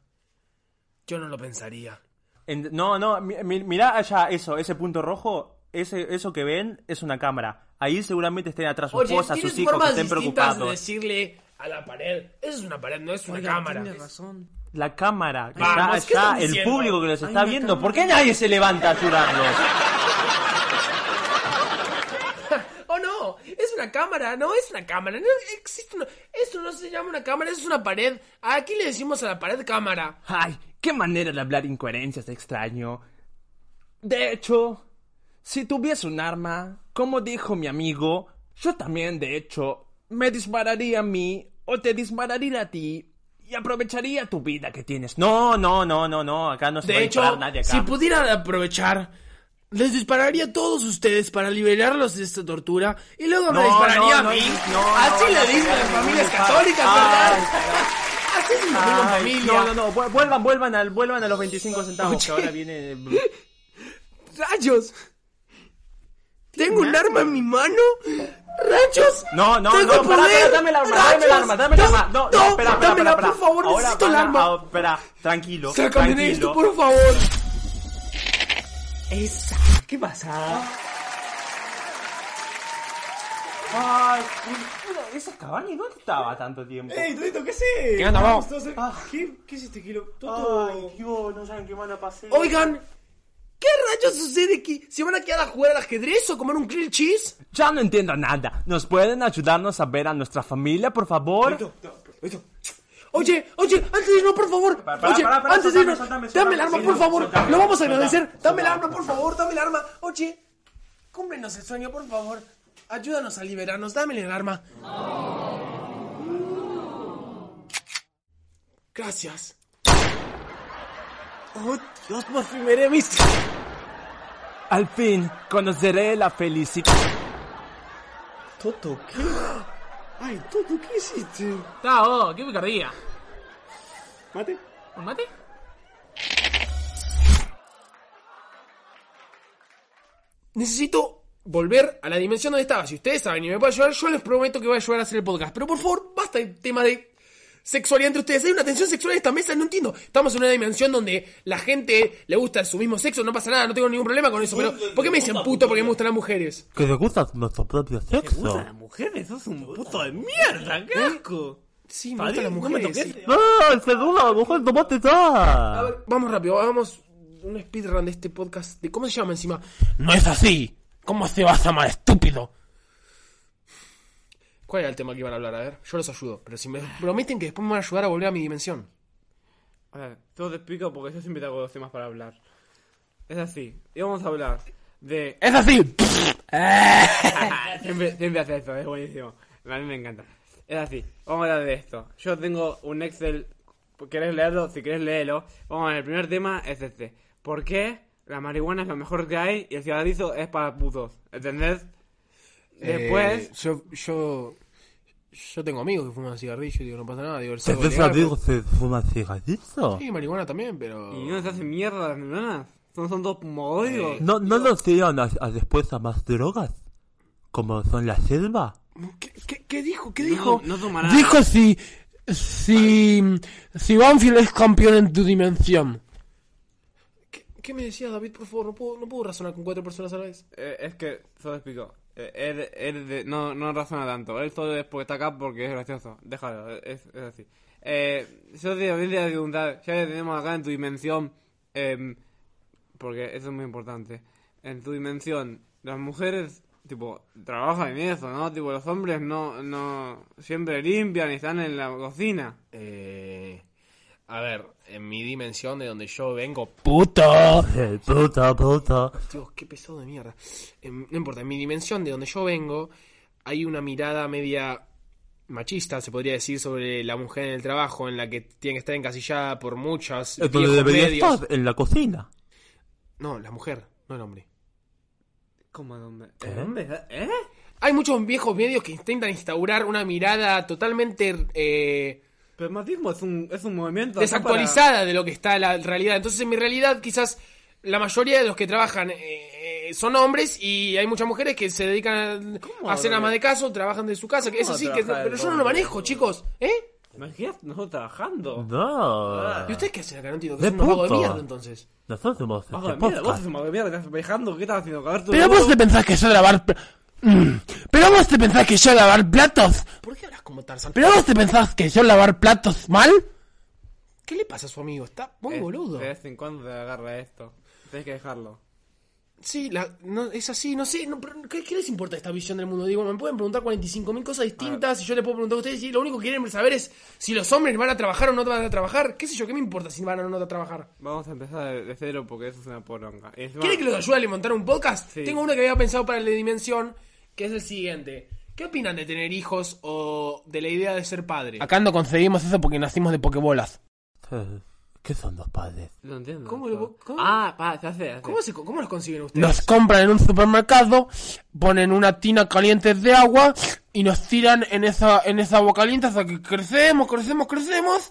yo no lo pensaría. En- No, no, mi- mi- mirá allá, eso, ese punto rojo, ese, eso que ven es una cámara. Ahí seguramente estén atrás sus Oye, esposas, tienes sus hijos que formas estén distintas de preocupados. decirle a la pared, eso es una pared, no es una cámara. Tienes razón. La cámara, que Vamos, ¿qué está están allá, el diciendo? público que los Hay está una viendo. cámara. ¿Por qué nadie se levanta a ayudarlos? Oh no, es una cámara, no es una cámara, no existe una... Esto no se llama una cámara, eso es una pared. Aquí le decimos a la pared cámara. Ay, qué manera de hablar incoherencias, extraño. De hecho, si tuviese un arma, como dijo mi amigo, yo también, de hecho, me dispararía a mí o te dispararía a ti y aprovecharía tu vida que tienes. No, no, no, no, no, acá no se va De a hecho, disparar nadie acá. si pudieran aprovechar, les dispararía a todos ustedes para liberarlos de esta tortura y luego me No, dispararía no, a mí. no, no, Así no, le no, dicen no, las no, familias no, católicas, ay, ¿verdad? ay, Así es una Ay, familia. no, no, no, vu- vuelvan, vuelvan, al, vuelvan a los 25 centavos que ahora viene... ¡Rayos! ¿Tengo un arma en mi mano? ¡Rayos! No, no, ¡Tengo no, pará, poder! pará, dame el arma, dame el ¡Rayos! arma, dame el arma. No, no, espera, espera, dámela, espera, por favor, Ahora necesito el van a- arma. ah, espera, tranquilo, Sácame de tranquilo. esto, por favor. Esa. ¿Qué pasa? Ay, mira, esa cabaña, ¿dónde estaba tanto tiempo? Eh. Tito, ¿qué sé? ¿Qué onda, vamos? ¿Qué, ¿Qué es este kilo? Ah, Ay, Dios, no saben qué mala pasé. Oigan, ¿qué rayos sucede aquí? ¿Se van a quedar a jugar al ajedrez o comer un grilled cheese? Ya no entiendo nada. ¿Nos pueden ayudarnos a ver a nuestra familia, por favor? Oye, oye, antes de irnos, por favor. Pará, pará, oye, pará, pará, antes de soltame, irnos, soltame, soltame, dame el arma, sí, por no, favor. soltame, Lo vamos a soltame, agradecer. Dame el soltame. arma, por favor, dame el arma. Oye, cúmbrenos el sueño, por favor. Ayúdanos a liberarnos, dame el arma. Gracias. Oh, Dios, por fin veré a mis... Al fin, conoceré la felicidad. Toto, ¿qué? Ay, Toto, ¿qué hiciste? Está, oh, qué picardía. ¿Mate? ¿Un mate? Necesito volver a la dimensión donde estaba. Si ustedes saben y me pueden ayudar, yo les prometo que voy a ayudar a hacer el podcast. Pero por favor, basta el tema de sexualidad entre ustedes. Hay una tensión sexual en esta mesa, no entiendo. Estamos en una dimensión donde la gente le gusta su mismo sexo, no pasa nada, no tengo ningún problema con eso. Pero, ¿por qué me dicen puto porque me gustan las mujeres? Que te gusta nuestro propio sexo. Puta, las mujeres, sos un puto de mierda, qué asco. Sí, me gustan las mujeres. sí. ¡No! ¡Se duda! ¡Mujer, tomate ya! A ver, vamos rápido, hagamos un speedrun de este podcast. De, ¿Cómo se llama encima? No es así. ¿Cómo se vas a amar, estúpido? ¿Cuál era el tema que iban a hablar? A ver, yo los ayudo. Pero si me prometen que después me van a ayudar a volver a mi dimensión. A ver, todo te explico porque yo siempre tengo dos temas para hablar. Es así, íbamos a hablar de... ¡Es así! siempre, siempre hace esto, es buenísimo. A mí me encanta. Es así, vamos a hablar de esto. Yo tengo un Excel, ¿querés leerlo? Si querés léelo. Vamos a ver, el primer tema es este. ¿Por qué la marihuana es lo mejor que hay y el cigarrillo es para putos? ¿Entendés? Después... Eh, yo, yo. Yo tengo amigos que fuman cigarrillo y digo, no pasa nada. Digo, el ¿Se saco te legal, digo, se fuma cigarrillo? pero- Sí, marihuana también, pero. ¿Y no se hace mierda las neuronas? ¿No son dos mogólicos? ¿No, no nos dieron a, a después a más drogas? ¿Como son la selva? ¿Qué, qué- qué dijo? ¿Qué dijo? No, no tomarás. Dijo si. Si. Si Banfield es campeón en tu dimensión. ¿Qué, qué me decías, David? Por favor, no puedo, no puedo razonar con cuatro personas a la vez. Eh, es que, solo explico. Eh, él él de- no, no razona tanto. Él solo es porque está acá porque es gracioso. Déjalo, eh, es, es así. Eh, yo te voy a preguntar, ya que tenemos acá en tu dimensión, em, porque eso es muy importante. En tu dimensión, las mujeres, tipo, trabajan en eso, ¿no? Tipo, los hombres no, no, siempre limpian y están en la cocina. Eh, a ver, en mi dimensión de donde yo vengo. ¡Puto! Eh, puta, puta. Dios, qué pesado de mierda. En- no importa, en mi dimensión de donde yo vengo, hay una mirada media machista, se podría decir, sobre la mujer en el trabajo, en la que tiene que estar encasillada por muchas. Es donde viejos Eh, debería medios. estar, en la cocina. No, la mujer, no el hombre. ¿Cómo dónde? ¿Eh? ¿Eh? Hay muchos viejos medios que intentan instaurar una mirada totalmente eh, Pero el machismo es un, es un movimiento. acá para- desactualizada de lo que está la realidad. Entonces, en mi realidad, quizás la mayoría de los que trabajan eh, eh, son hombres y hay muchas mujeres que se dedican ¿Cómo a hacer trabaja- amas de caso, trabajan de su casa. Que eso ¿Cómo sí, que, trabaja el pero yo no hombre? lo manejo, chicos. ¿Eh? Imagínate nosotros trabajando. No. ¿Y ustedes qué hacen acá? No entiendo. Que De es un vago de puto. mierda, entonces. Ah, Nosotros somos Vago de mierda, este vos sos podcast. un vago de mierda, estás viajando, ¿qué estás haciendo? Cagar tu Pero culo. vos te pensás que yo lavar. pl- Mm. Pero vos te pensás que yo lavar platos. ¿Por qué hablas como Tarzan? Pero vos te pensás que yo lavar platos mal. ¿Qué le pasa a su amigo? Está muy Eh, boludo. De vez en cuando te agarra esto. Tienes que dejarlo. Sí, la- no, es así, no sé. no, pero ¿qué, qué les importa esta visión del mundo? Digo, me pueden preguntar 45.000 cosas distintas y yo les puedo preguntar a ustedes y lo único que quieren saber es si los hombres van a trabajar o no van a trabajar. ¿Qué sé yo? ¿Qué me importa si van o no van a trabajar? Vamos a empezar de, de cero porque eso es una poronga. Y encima- ¿Quieren que los ayude a montar un podcast? Sí. Tengo uno que había pensado para la dimensión, que es el siguiente. ¿Qué opinan de tener hijos o de la idea de ser padre? Acá no conseguimos eso porque nacimos de pokebolas. Eh, ¿Qué son los padres? No entiendo. ¿Cómo esto. lo- cómo- Ah, pa, se hace. se hace. ¿Cómo, se, ¿Cómo los consiguen ustedes? Nos compran en un supermercado, ponen una tina caliente de agua y nos tiran en esa, en esa agua caliente hasta que crecemos, crecemos, crecemos.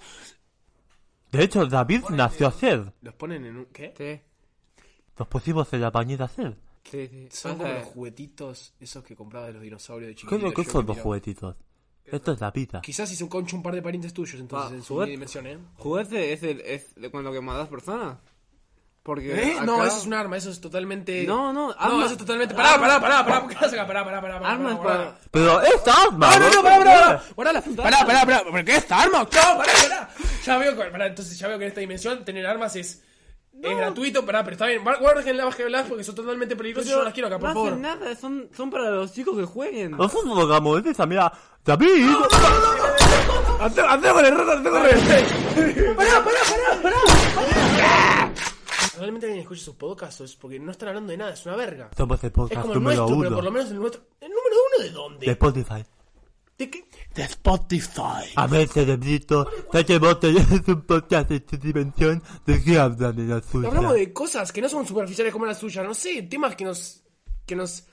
De hecho, David eh. nació ayer. ¿Los ponen en un... ¿Qué? Sí, Nos pusimos en la bañera ayer. sí, sí. Son O como sea, los juguetitos esos que compraba de los dinosaurios de ¿Qué, chiquito. es lo que son los juguetitos? Esto es la vida. Quizás hizo un concho un par de parientes tuyos entonces Pa, en su juguete- dimensión, ¿eh? ¿Juguete es, el, es de- con lo que matas personas? Porque. ¿Eh? acá- No, eso es un arma, eso es totalmente. No, no, No, arma- eso es totalmente. Pará, pará, pará, pará, ¿por qué vas acá? Pará, pará, pará, pará. Armas pará, para. Pero es arma. pará. Ah, No, no, no, pará, pará, pará. Guardala, Pará, pará, pará, ¿pero qué es esta arma? No, pará, pará. Ya veo, que, pará, entonces ya veo que en esta dimensión tener armas es. Es gratuito, pará, pero está bien. Guar- Guárdenlas, bájenlas porque son totalmente peligrosas y yo no las quiero acá, no por hacen favor. Oh. nada, son, son para los chicos que jueguen. Nosotros nos hagamos de esa, mira. David. Realmente alguien escucha sus podcasts o es porque no están hablando de nada, es una verga. Somos el Es podcast como el número nuestro, pero por lo uno. menos el nuestro. El número ¿Uno de dónde? De Spotify. ¿De qué? De Spotify. A ver, cerebrito, Tache Bote es un podcast de tu dimensión. ¿De qué hablan en la suya? Hablamos de cosas que no son superficiales como la suya, no sé, temas que nos que nos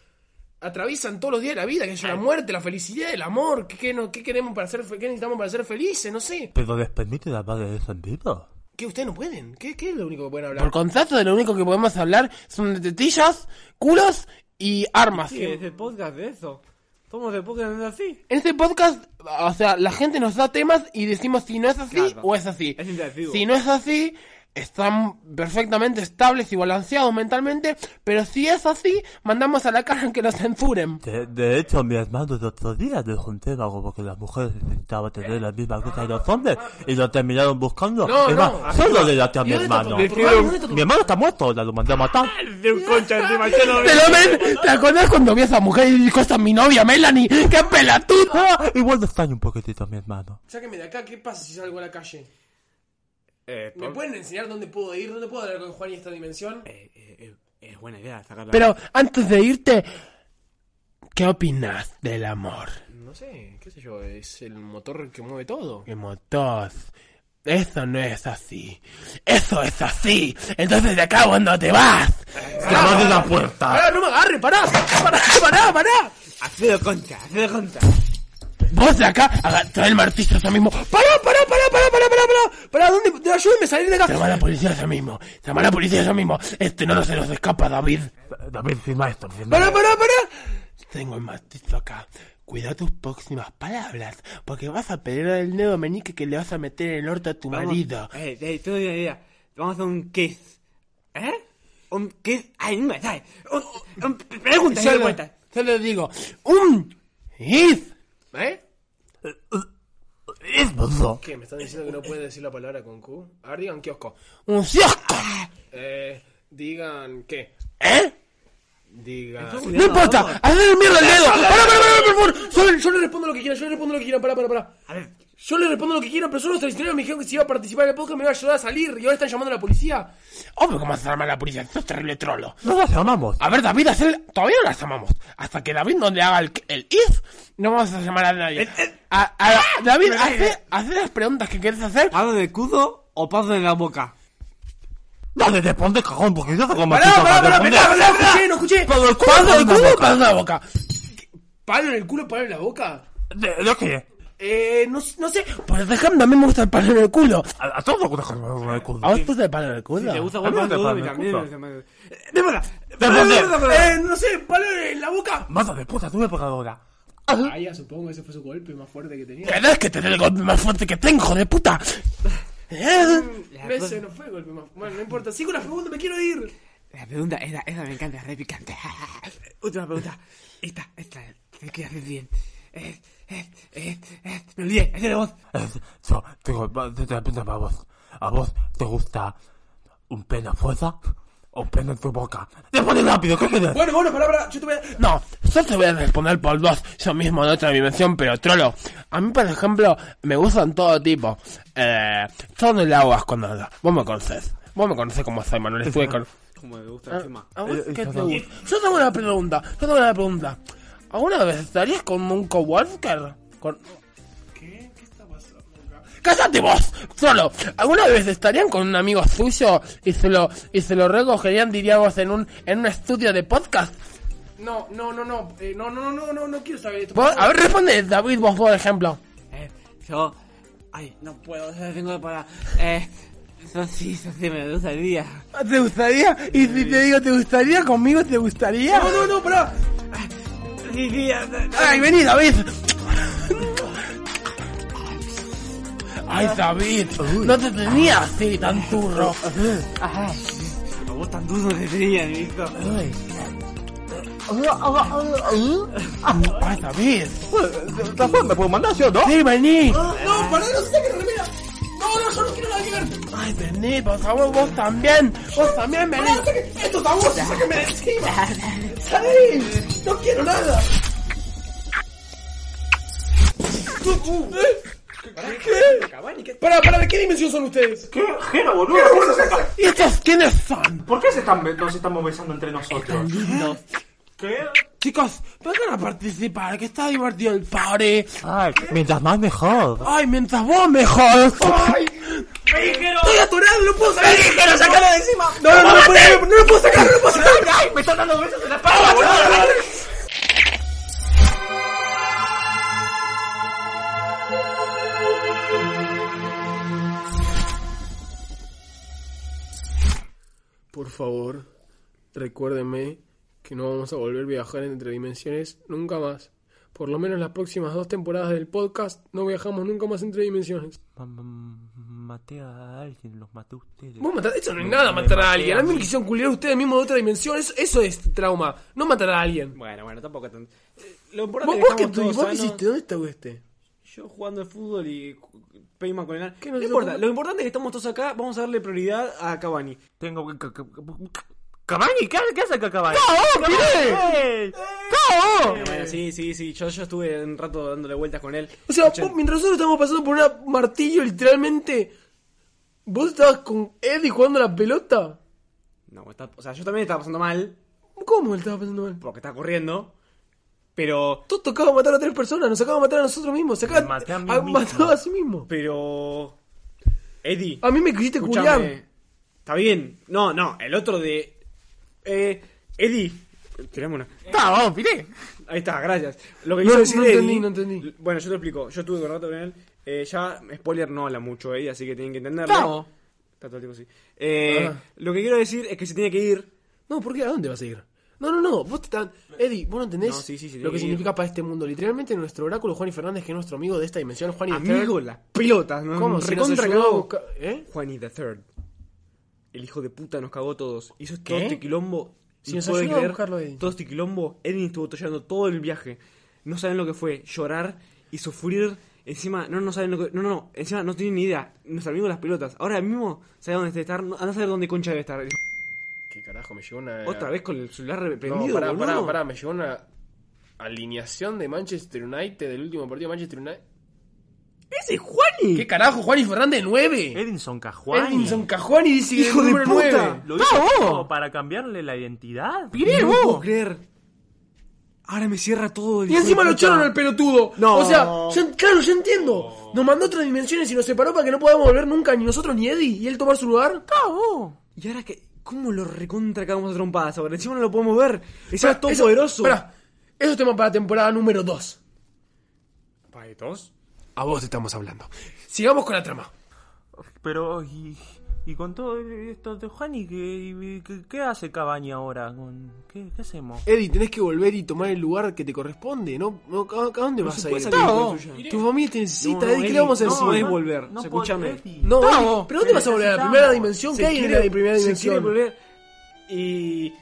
atraviesan todos los días de la vida, que es la muerte, la felicidad, el amor, qué, qué no- qué queremos para ser fe- qué necesitamos para ser felices, no sé. ¿Pero les permiten hablar de eso en vivo? ¿Qué ustedes no pueden? ¿Qué, qué es lo único que pueden hablar? Por contrato, de lo único que podemos hablar son de tetillas, culos y armas. Sí, es el podcast de eso. Somos de podcast de así. En este podcast, o sea, la gente nos da temas y decimos si no es así Claro. o es así. Es interactivo. Si no es así, están perfectamente estables y balanceados mentalmente, pero si es así, mandamos a la cara que nos censuren. De, de hecho, mi hermano el otro día le junté algo porque las mujeres necesitaban tener la misma cosa que los hombres y lo terminaron buscando. No, Es no. más, solo le daté a mi ¿Y dónde está hermano. tu- tu- dónde está tu- Mi hermano está muerto, la lo mandé a matar. De un concha encima, yo lo ¿Te, lo ven? ¿Te acordás cuando vi a esa mujer y dijo, esta es mi novia, Melanie? ¡Qué pelatuda! Ah, igual lo extraño un poquitito a mi hermano. Sáquenme de acá, ¿qué pasa si salgo a la calle? Eh, ¿Me pueden enseñar dónde puedo ir? ¿Dónde puedo hablar con Juan y esta dimensión? es buena idea sacarla. Pero antes de irte, ¿qué opinas del amor? No sé, qué sé yo, es el motor que mueve todo. Que motos. Eso no es así. Eso es así. Entonces de acá cuando te vas. ¡Cerrad la Ah. puerta! ¡Pará, no me agarre! ¡Pará! ¡Pará, pará, pará! Hacelo concha, hacelo concha. Vos de acá, haga- trae el martillo ahora mismo. ¡Pará, pará, pará, pará, pará, pará, pará! ¡Pará, dónde? ¡Ayúdenme a salir de acá! Llama a la policía ahora mismo. Llama a la policía ahora mismo. Este no se nos escapa, David. David, firma esto, firma ¡Pará, pará, pará! Tengo el martillo acá. Cuida tus próximas palabras, porque vas a perder el dedo meñique que le vas a meter en el orto a tu marido. Eh, eh, tengo una idea. Vamos a hacer un quiz. ¿Eh? Un quiz. Ay, no me sabes. Un, un, pregunta y Yo lo, respuesta. yo lo digo. Un is. ¿Eh? ¡Es burro! ¿Qué? ¿Me están diciendo que no puede decir la palabra con Q? A ver, digan kiosco. Un kiosco. Eh, digan qué. ¿Eh? Digan... No importa. Hazle mierda el dedo. ¡Para, para, para! por favor! Yo, yo le respondo lo que quiera, yo le respondo lo que quiera, pará, pará, pará. A ver. Yo le respondo lo que quiera, pero solo los traicioneros me dijeron que si iba a participar en el podcast me iba a ayudar a salir y ahora están llamando a la policía. Obvio que vamos a armar a la policía, esto es terrible trolo. ¡No las llamamos! A ver, David, haz el- todavía no las amamos. Hasta que David no le haga el, el if, no vamos a llamar a nadie. A- a- Ah, David, eh, hace, hace las preguntas que quieres hacer. ¿Hablo de cudo o paso en la boca? ¡No le respondes, cajón! Porque yo te como Pará, pará, pará, pará, pará, no escuché, no escuché. ¡Pablo el culo! Palo en el palo culo, en la palo en la boca. ¿Palo en el culo, palo en la boca? boca. ¿De- ¿De qué? Eh, no, no sé. Por eso Pues a mí me gusta el palo en el culo. A a todos nos gusta con el culo. ¿A vos te gusta el palo en el culo? ¿Te gusta A mí no guardar te cudo? pasa, también puto. me- Eh, no sé, palo en la boca. ¡Mata de puta, tuve pecadora! Ah, ya supongo que ese fue su golpe más fuerte que tenía. Tenés que tener el golpe más fuerte que tengo, hijo de puta. ¿Eh? Ese no fue el golpe más Bueno, no importa. Sigo la pregunta, me quiero ir. La pregunta, esa, esa me encanta, es re picante. Última pregunta. Esta, esta, te que hacer bien. Eh, eh, eh, eh, me olvidé, es de vos. Es- Yo tengo, te te pregunto para vos. ¿A vos te gusta un pene afuera o un pene en tu boca? ¡Responde rápido! ¿Qué quieres? Bueno, bueno, pará, pará. Yo te voy a... No, yo te voy a responder por dos, yo mismo de otra dimensión, pero trolo. A mí, por ejemplo, me gustan todo tipo. Eh, yo no le hago asco a nada. Vos me conocés. Vos me conocés como soy, Manuel. Estuve con... Como me gusta encima. ¿A vos Eh, eh, qué te perdón. gusta? Yo tengo una pregunta. Yo tengo una pregunta. ¿Alguna vez estarías con un coworker? Con... ¡Cállate vos! Solo, ¿alguna vez estarían con un amigo suyo y se lo, y se lo recogerían, diríamos, en un, en un estudio de podcast? No, no, no, no. Eh, no, no, no, no, no quiero saber esto. Vos- A ver, responde David, vos, por ejemplo. Eh, yo. Ay, no puedo, ya tengo para. Eh. Yo sí, yo sí, me gusta el día. ¿Te gustaría? Y si te digo, ¿te gustaría conmigo? ¿Te gustaría? No, no, no, pará. Sí, sí, ya- ya- ¡Ay, vení, David! ¡Ay, David! No te tenía así tan turro. Ajá. A vos tan duro te tenían, listo. ¡Ay, David! Cajón, ¿Me puedo mandar, sí o no? ¡Sí, vení! Ah, No, pará, no sé qué remera. No, no, yo no quiero nada que ver. ¡Ay, vení, por favor, vos también! ¡Vos también, vení! Pará, saque- Esto está vos, sáquenme de encima. Salí. No quiero nada. ¿Qué? Pará, pará, ¿de qué dimensión son ustedes? ¿Qué? ¡Jero, boludo! ¿Qué haces acá? ¿Y estos quiénes son? ¿Por qué se están, be- nos estamos besando entre nosotros? Lindos. Chicos, vengan a participar, que está divertido el party. Ay, mientras más mejor. Ay, mientras vos mejor. Ay, ¡Me dijeron! ¡Estoy atorado! ¡No puedo sacar! ¡Me dijeron! ¡Sácalo de encima! ¡No, no, no! ¡No, puedo, no lo puedo sacar! ¡No lo puedo sacar! Oh, ¡Ay! ¡Me están dando besos en la espalda! boludo! Por favor, recuérdenme que no vamos a volver a viajar entre dimensiones nunca más. Por lo menos las próximas dos temporadas del podcast no viajamos nunca más entre dimensiones. Ma- ma- Maté a alguien, los maté a ustedes. Vos matar, eso no es nada matar a alguien. A mí me quisieron culiar ustedes mismos de otra dimensión. Eso, eso es trauma. No matar a alguien. Bueno, bueno, tampoco tan... eh, Lo importante ¿Vos, es vos que qué, estamos tu- todos vos qué sanos. hiciste? ¿Dónde está este? Yo jugando al fútbol y cu- Peyman con el nano. ¿Qué no nos importa, hizo? lo importante es que estamos todos acá, vamos a darle prioridad a Cavani. Tengo que. que- que- que- Cavani, ¿qué, qué hace acá Cavani? ¡No, ¡Ey! ¡Cao! Eh, Bueno, sí, sí, sí, yo, yo estuve un rato dándole vueltas con él. O sea, Yo- vos- mientras nosotros estábamos pasando por un martillo, literalmente. ¿Vos estabas con Eddie jugando a la pelota? No, está- o sea, yo también estaba pasando mal, ¿Cómo él estaba pasando mal? porque estaba corriendo, pero... Tú tocaba matar a tres personas, nos acaba de matar a nosotros mismos, se acaba maté a mí ha mismo. matado a sí mismo. Pero... Eddie, A mí me quisiste escúchame. culiar. Está bien. No, no, el otro de... Eh, Eddie. Tirame una. ¡Cao, piré! Ahí está, gracias. Lo que No, quiero no decir de entendí, Eddie- no entendí. Bueno, yo te explico. Yo estuve con rato con él. Eh, ya, spoiler, no habla mucho Eddie, así que tienen que entenderlo. Claro. Está todo el tiempo así. Eh, Ah. Lo que quiero decir es que se tiene que ir. No, ¿por qué? ¿A dónde vas a ir? No, no, no, vos te están... Eddie, vos no entendés No, sí, sí, sí, tiene lo que que ir. significa para este mundo. Literalmente nuestro oráculo, Juan y Fernández, que es nuestro amigo de esta dimensión, Juan y Amigo, las pelotas. ¿no? ¿Cómo? Se Se contra cagó. ¿Eh? Juan y the Third. El hijo de puta nos cagó a todos. Hizo todo este quilombo. Si no nos pueden ayuda a buscarlo a Eddie. Todo este quilombo. Eddie estuvo tollando todo el viaje. No saben lo que fue. Llorar y sufrir. Encima, no, no saben lo que. No, no, no. Encima no tienen ni idea. Nos amigos las pelotas. Ahora mismo, sabe dónde debe estar. No, andá a saber dónde concha debe estar. ¿Qué carajo? Me llegó una. Otra vez con el celular Eh. No, prendido. pará, boludo. pará, pará, me llegó una alineación de Manchester United del último partido de Manchester United. ¡Ese es Juani! ¿Qué carajo? Juan y Fernández 9. Edinson Cajuani. Edinson Cajón y dice que ¡Hijo el de número puta! 9. ¿Lo hizo ¡Cao! como para cambiarle la identidad? ¡Piré, No puedo vos! creer. Ahora me cierra todo. el Y hijo de encima lo puta. echaron al pelotudo. No. O sea, yo- claro, yo entiendo. Nos mandó a otras dimensiones y nos separó para que no podamos volver nunca, ni nosotros ni Eddie, y él tomar su lugar. ¡Cao! Y ahora que. ¿Cómo lo recontra cagamos a trompadas ahora? Encima no lo podemos ver. Encima Pará, es todo eso- poderoso. pará, eso es tema para temporada número 2. ¿Para todos? A vos te estamos hablando. Sigamos con la trama. Pero, y, y con todo esto de Juani, ¿qué, y- qué, qué hace Cavani ahora? Con- ¿Qué, qué hacemos? Eddie, tenés que volver y tomar el lugar que te corresponde. ¿no? No, ¿A a dónde vas a ir? puede salir No. con la tuya. Tu familia te necesita, No, no, Eddie. ¿Qué le vamos a Eddie, decir? no, podés volver, escúchame. podés. No, No, Eddie, pero ¿dónde vas a volver? ¿A la primera dimensión? ¿Qué hay en la Se primera quiere dimensión? volver. Y.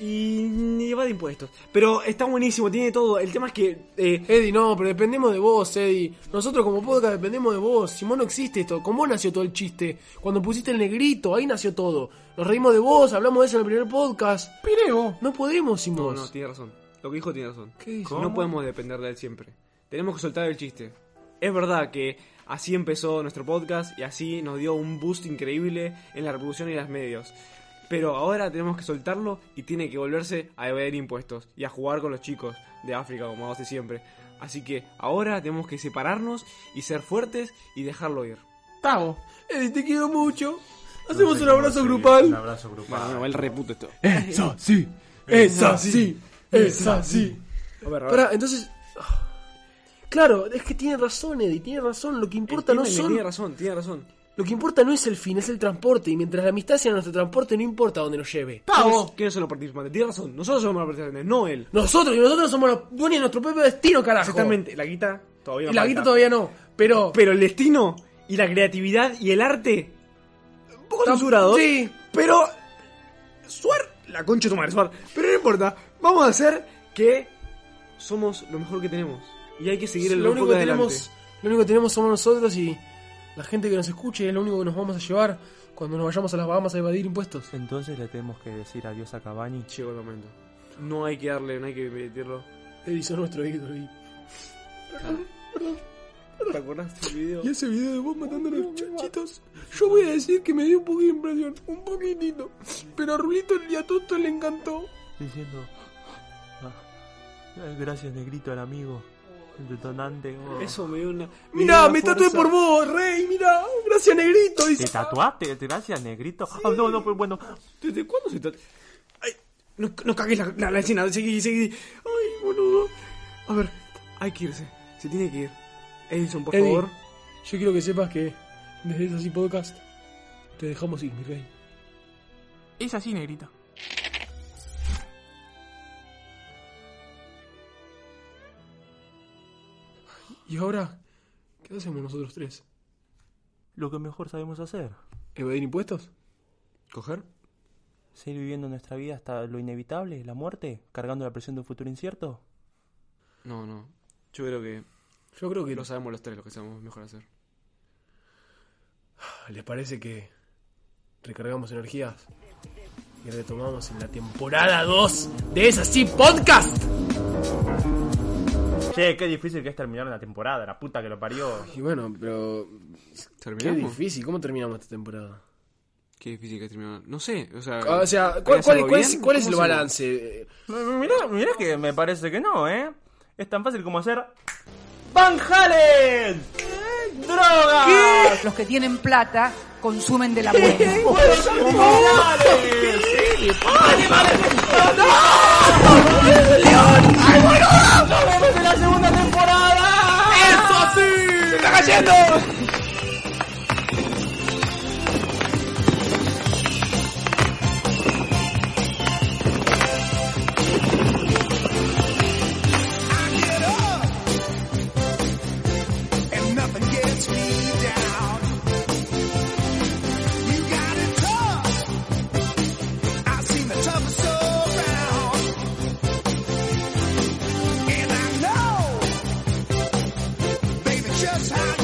Y. Ni va de impuestos. Pero está buenísimo, tiene todo. El tema es que. eh, Eddie, no, pero dependemos de vos, Eddie. Nosotros como podcast dependemos de vos. Si vos no existe esto, con vos nació todo el chiste. Cuando pusiste el negrito, ahí nació todo. Nos reímos de vos, hablamos de eso en el primer podcast. ¡Piré, vos! No podemos sin no, vos. no, tiene razón. Lo que dijo tiene razón. ¿Qué dice? No podemos depender de él siempre. Tenemos que soltar el chiste. Es verdad que así empezó nuestro podcast y así nos dio un boost increíble en la reproducción y las medios. Pero ahora tenemos que soltarlo y tiene que volverse a deber impuestos y a jugar con los chicos de África como hace siempre. Así que ahora tenemos que separarnos y ser fuertes y dejarlo ir. ¡Cao! Eddie, te quiero mucho. Hacemos un abrazo grupal. Un abrazo grupal. el reputo esto. Es así, es así, es así. Pará, entonces. ah, Claro, es que tiene razón, Eddie, tiene razón. Lo que importa no son. Tiene razón, tiene razón. Lo que importa no es el fin, es el transporte. Y mientras la amistad sea nuestro transporte, no importa dónde nos lleve. ¿Quiénes- ¿Quiénes son los participantes? Tiene razón, nosotros somos los participantes, no él. Nosotros, y nosotros somos los dueños de nuestro propio destino, carajo. Exactamente, la guita todavía Y la falta. guita todavía no. Pero. Pero el destino y la creatividad y el arte. Un poco censurados. Sí. Pero. Suar. La concha de tu madre, Suar. Pero no importa. Vamos a hacer que. Somos lo mejor que tenemos. Y hay que seguir el lo único que adelante. tenemos. Lo único que tenemos somos nosotros y. La gente que nos escuche es lo único que nos vamos a llevar cuando nos vayamos a las Bahamas a evadir impuestos. Entonces le tenemos que decir adiós a Cavani. Llegó el momento. No hay que darle, no hay que meterlo. Eddie, sos nuestro ídolo. Eddie. ¿Te acordás del video? Y ese video de vos matando a los chanchitos, yo voy a decir que me dio un poquito de impresión, un poquitito. Pero a Rulito y a Toto le encantó. Diciendo... "Ah, Ay, Gracias, negrito, al amigo. El detonante. oh. Eso me dio una. Mirá, me está tatué por vos, rey, mirá. Gracias, negrito. ¿Te Dice, tatuaste? Gracias, negrito. Ah, no, no, pues bueno. ¿Desde cuándo se tatuó? No, no cagues la, la, la escena, seguí, seguí. Ay, boludo. A ver, hay que irse. Se tiene que ir. Edison, por Eddie, favor. Yo quiero que sepas que desde ese así podcast te dejamos ir, mi rey. Es así, negrito. Y ahora, ¿qué hacemos nosotros tres? Lo que mejor sabemos hacer. ¿Evadir impuestos? ¿Coger? Seguir viviendo nuestra vida hasta lo inevitable, la muerte, cargando la presión de un futuro incierto. No, no. Yo creo que Yo creo que lo sabemos los tres lo que sabemos mejor hacer. ¿Les parece que recargamos energías y retomamos en la temporada 2 de esa sí podcast? Che, qué difícil que es terminar una temporada, la puta que lo parió. Y bueno, pero qué ¿Terminamos? Qué, difícil, ¿cómo terminamos esta temporada? difícil que terminó. No sé, Ah, o sea. Ah, O sea, ¿querés ¿cuál, cuál- hacerlo cuál es, bien? cuál es el ¿Cómo hacemos? balance? Mirá, mirá que me parece que no, ¿eh? Es tan fácil como hacer... ¡Van Halen! ¡Droga! Los que tienen plata consumen de la buena. and nothing gets me down. You got it tough. I've seen the toughest around. And I know, baby, just how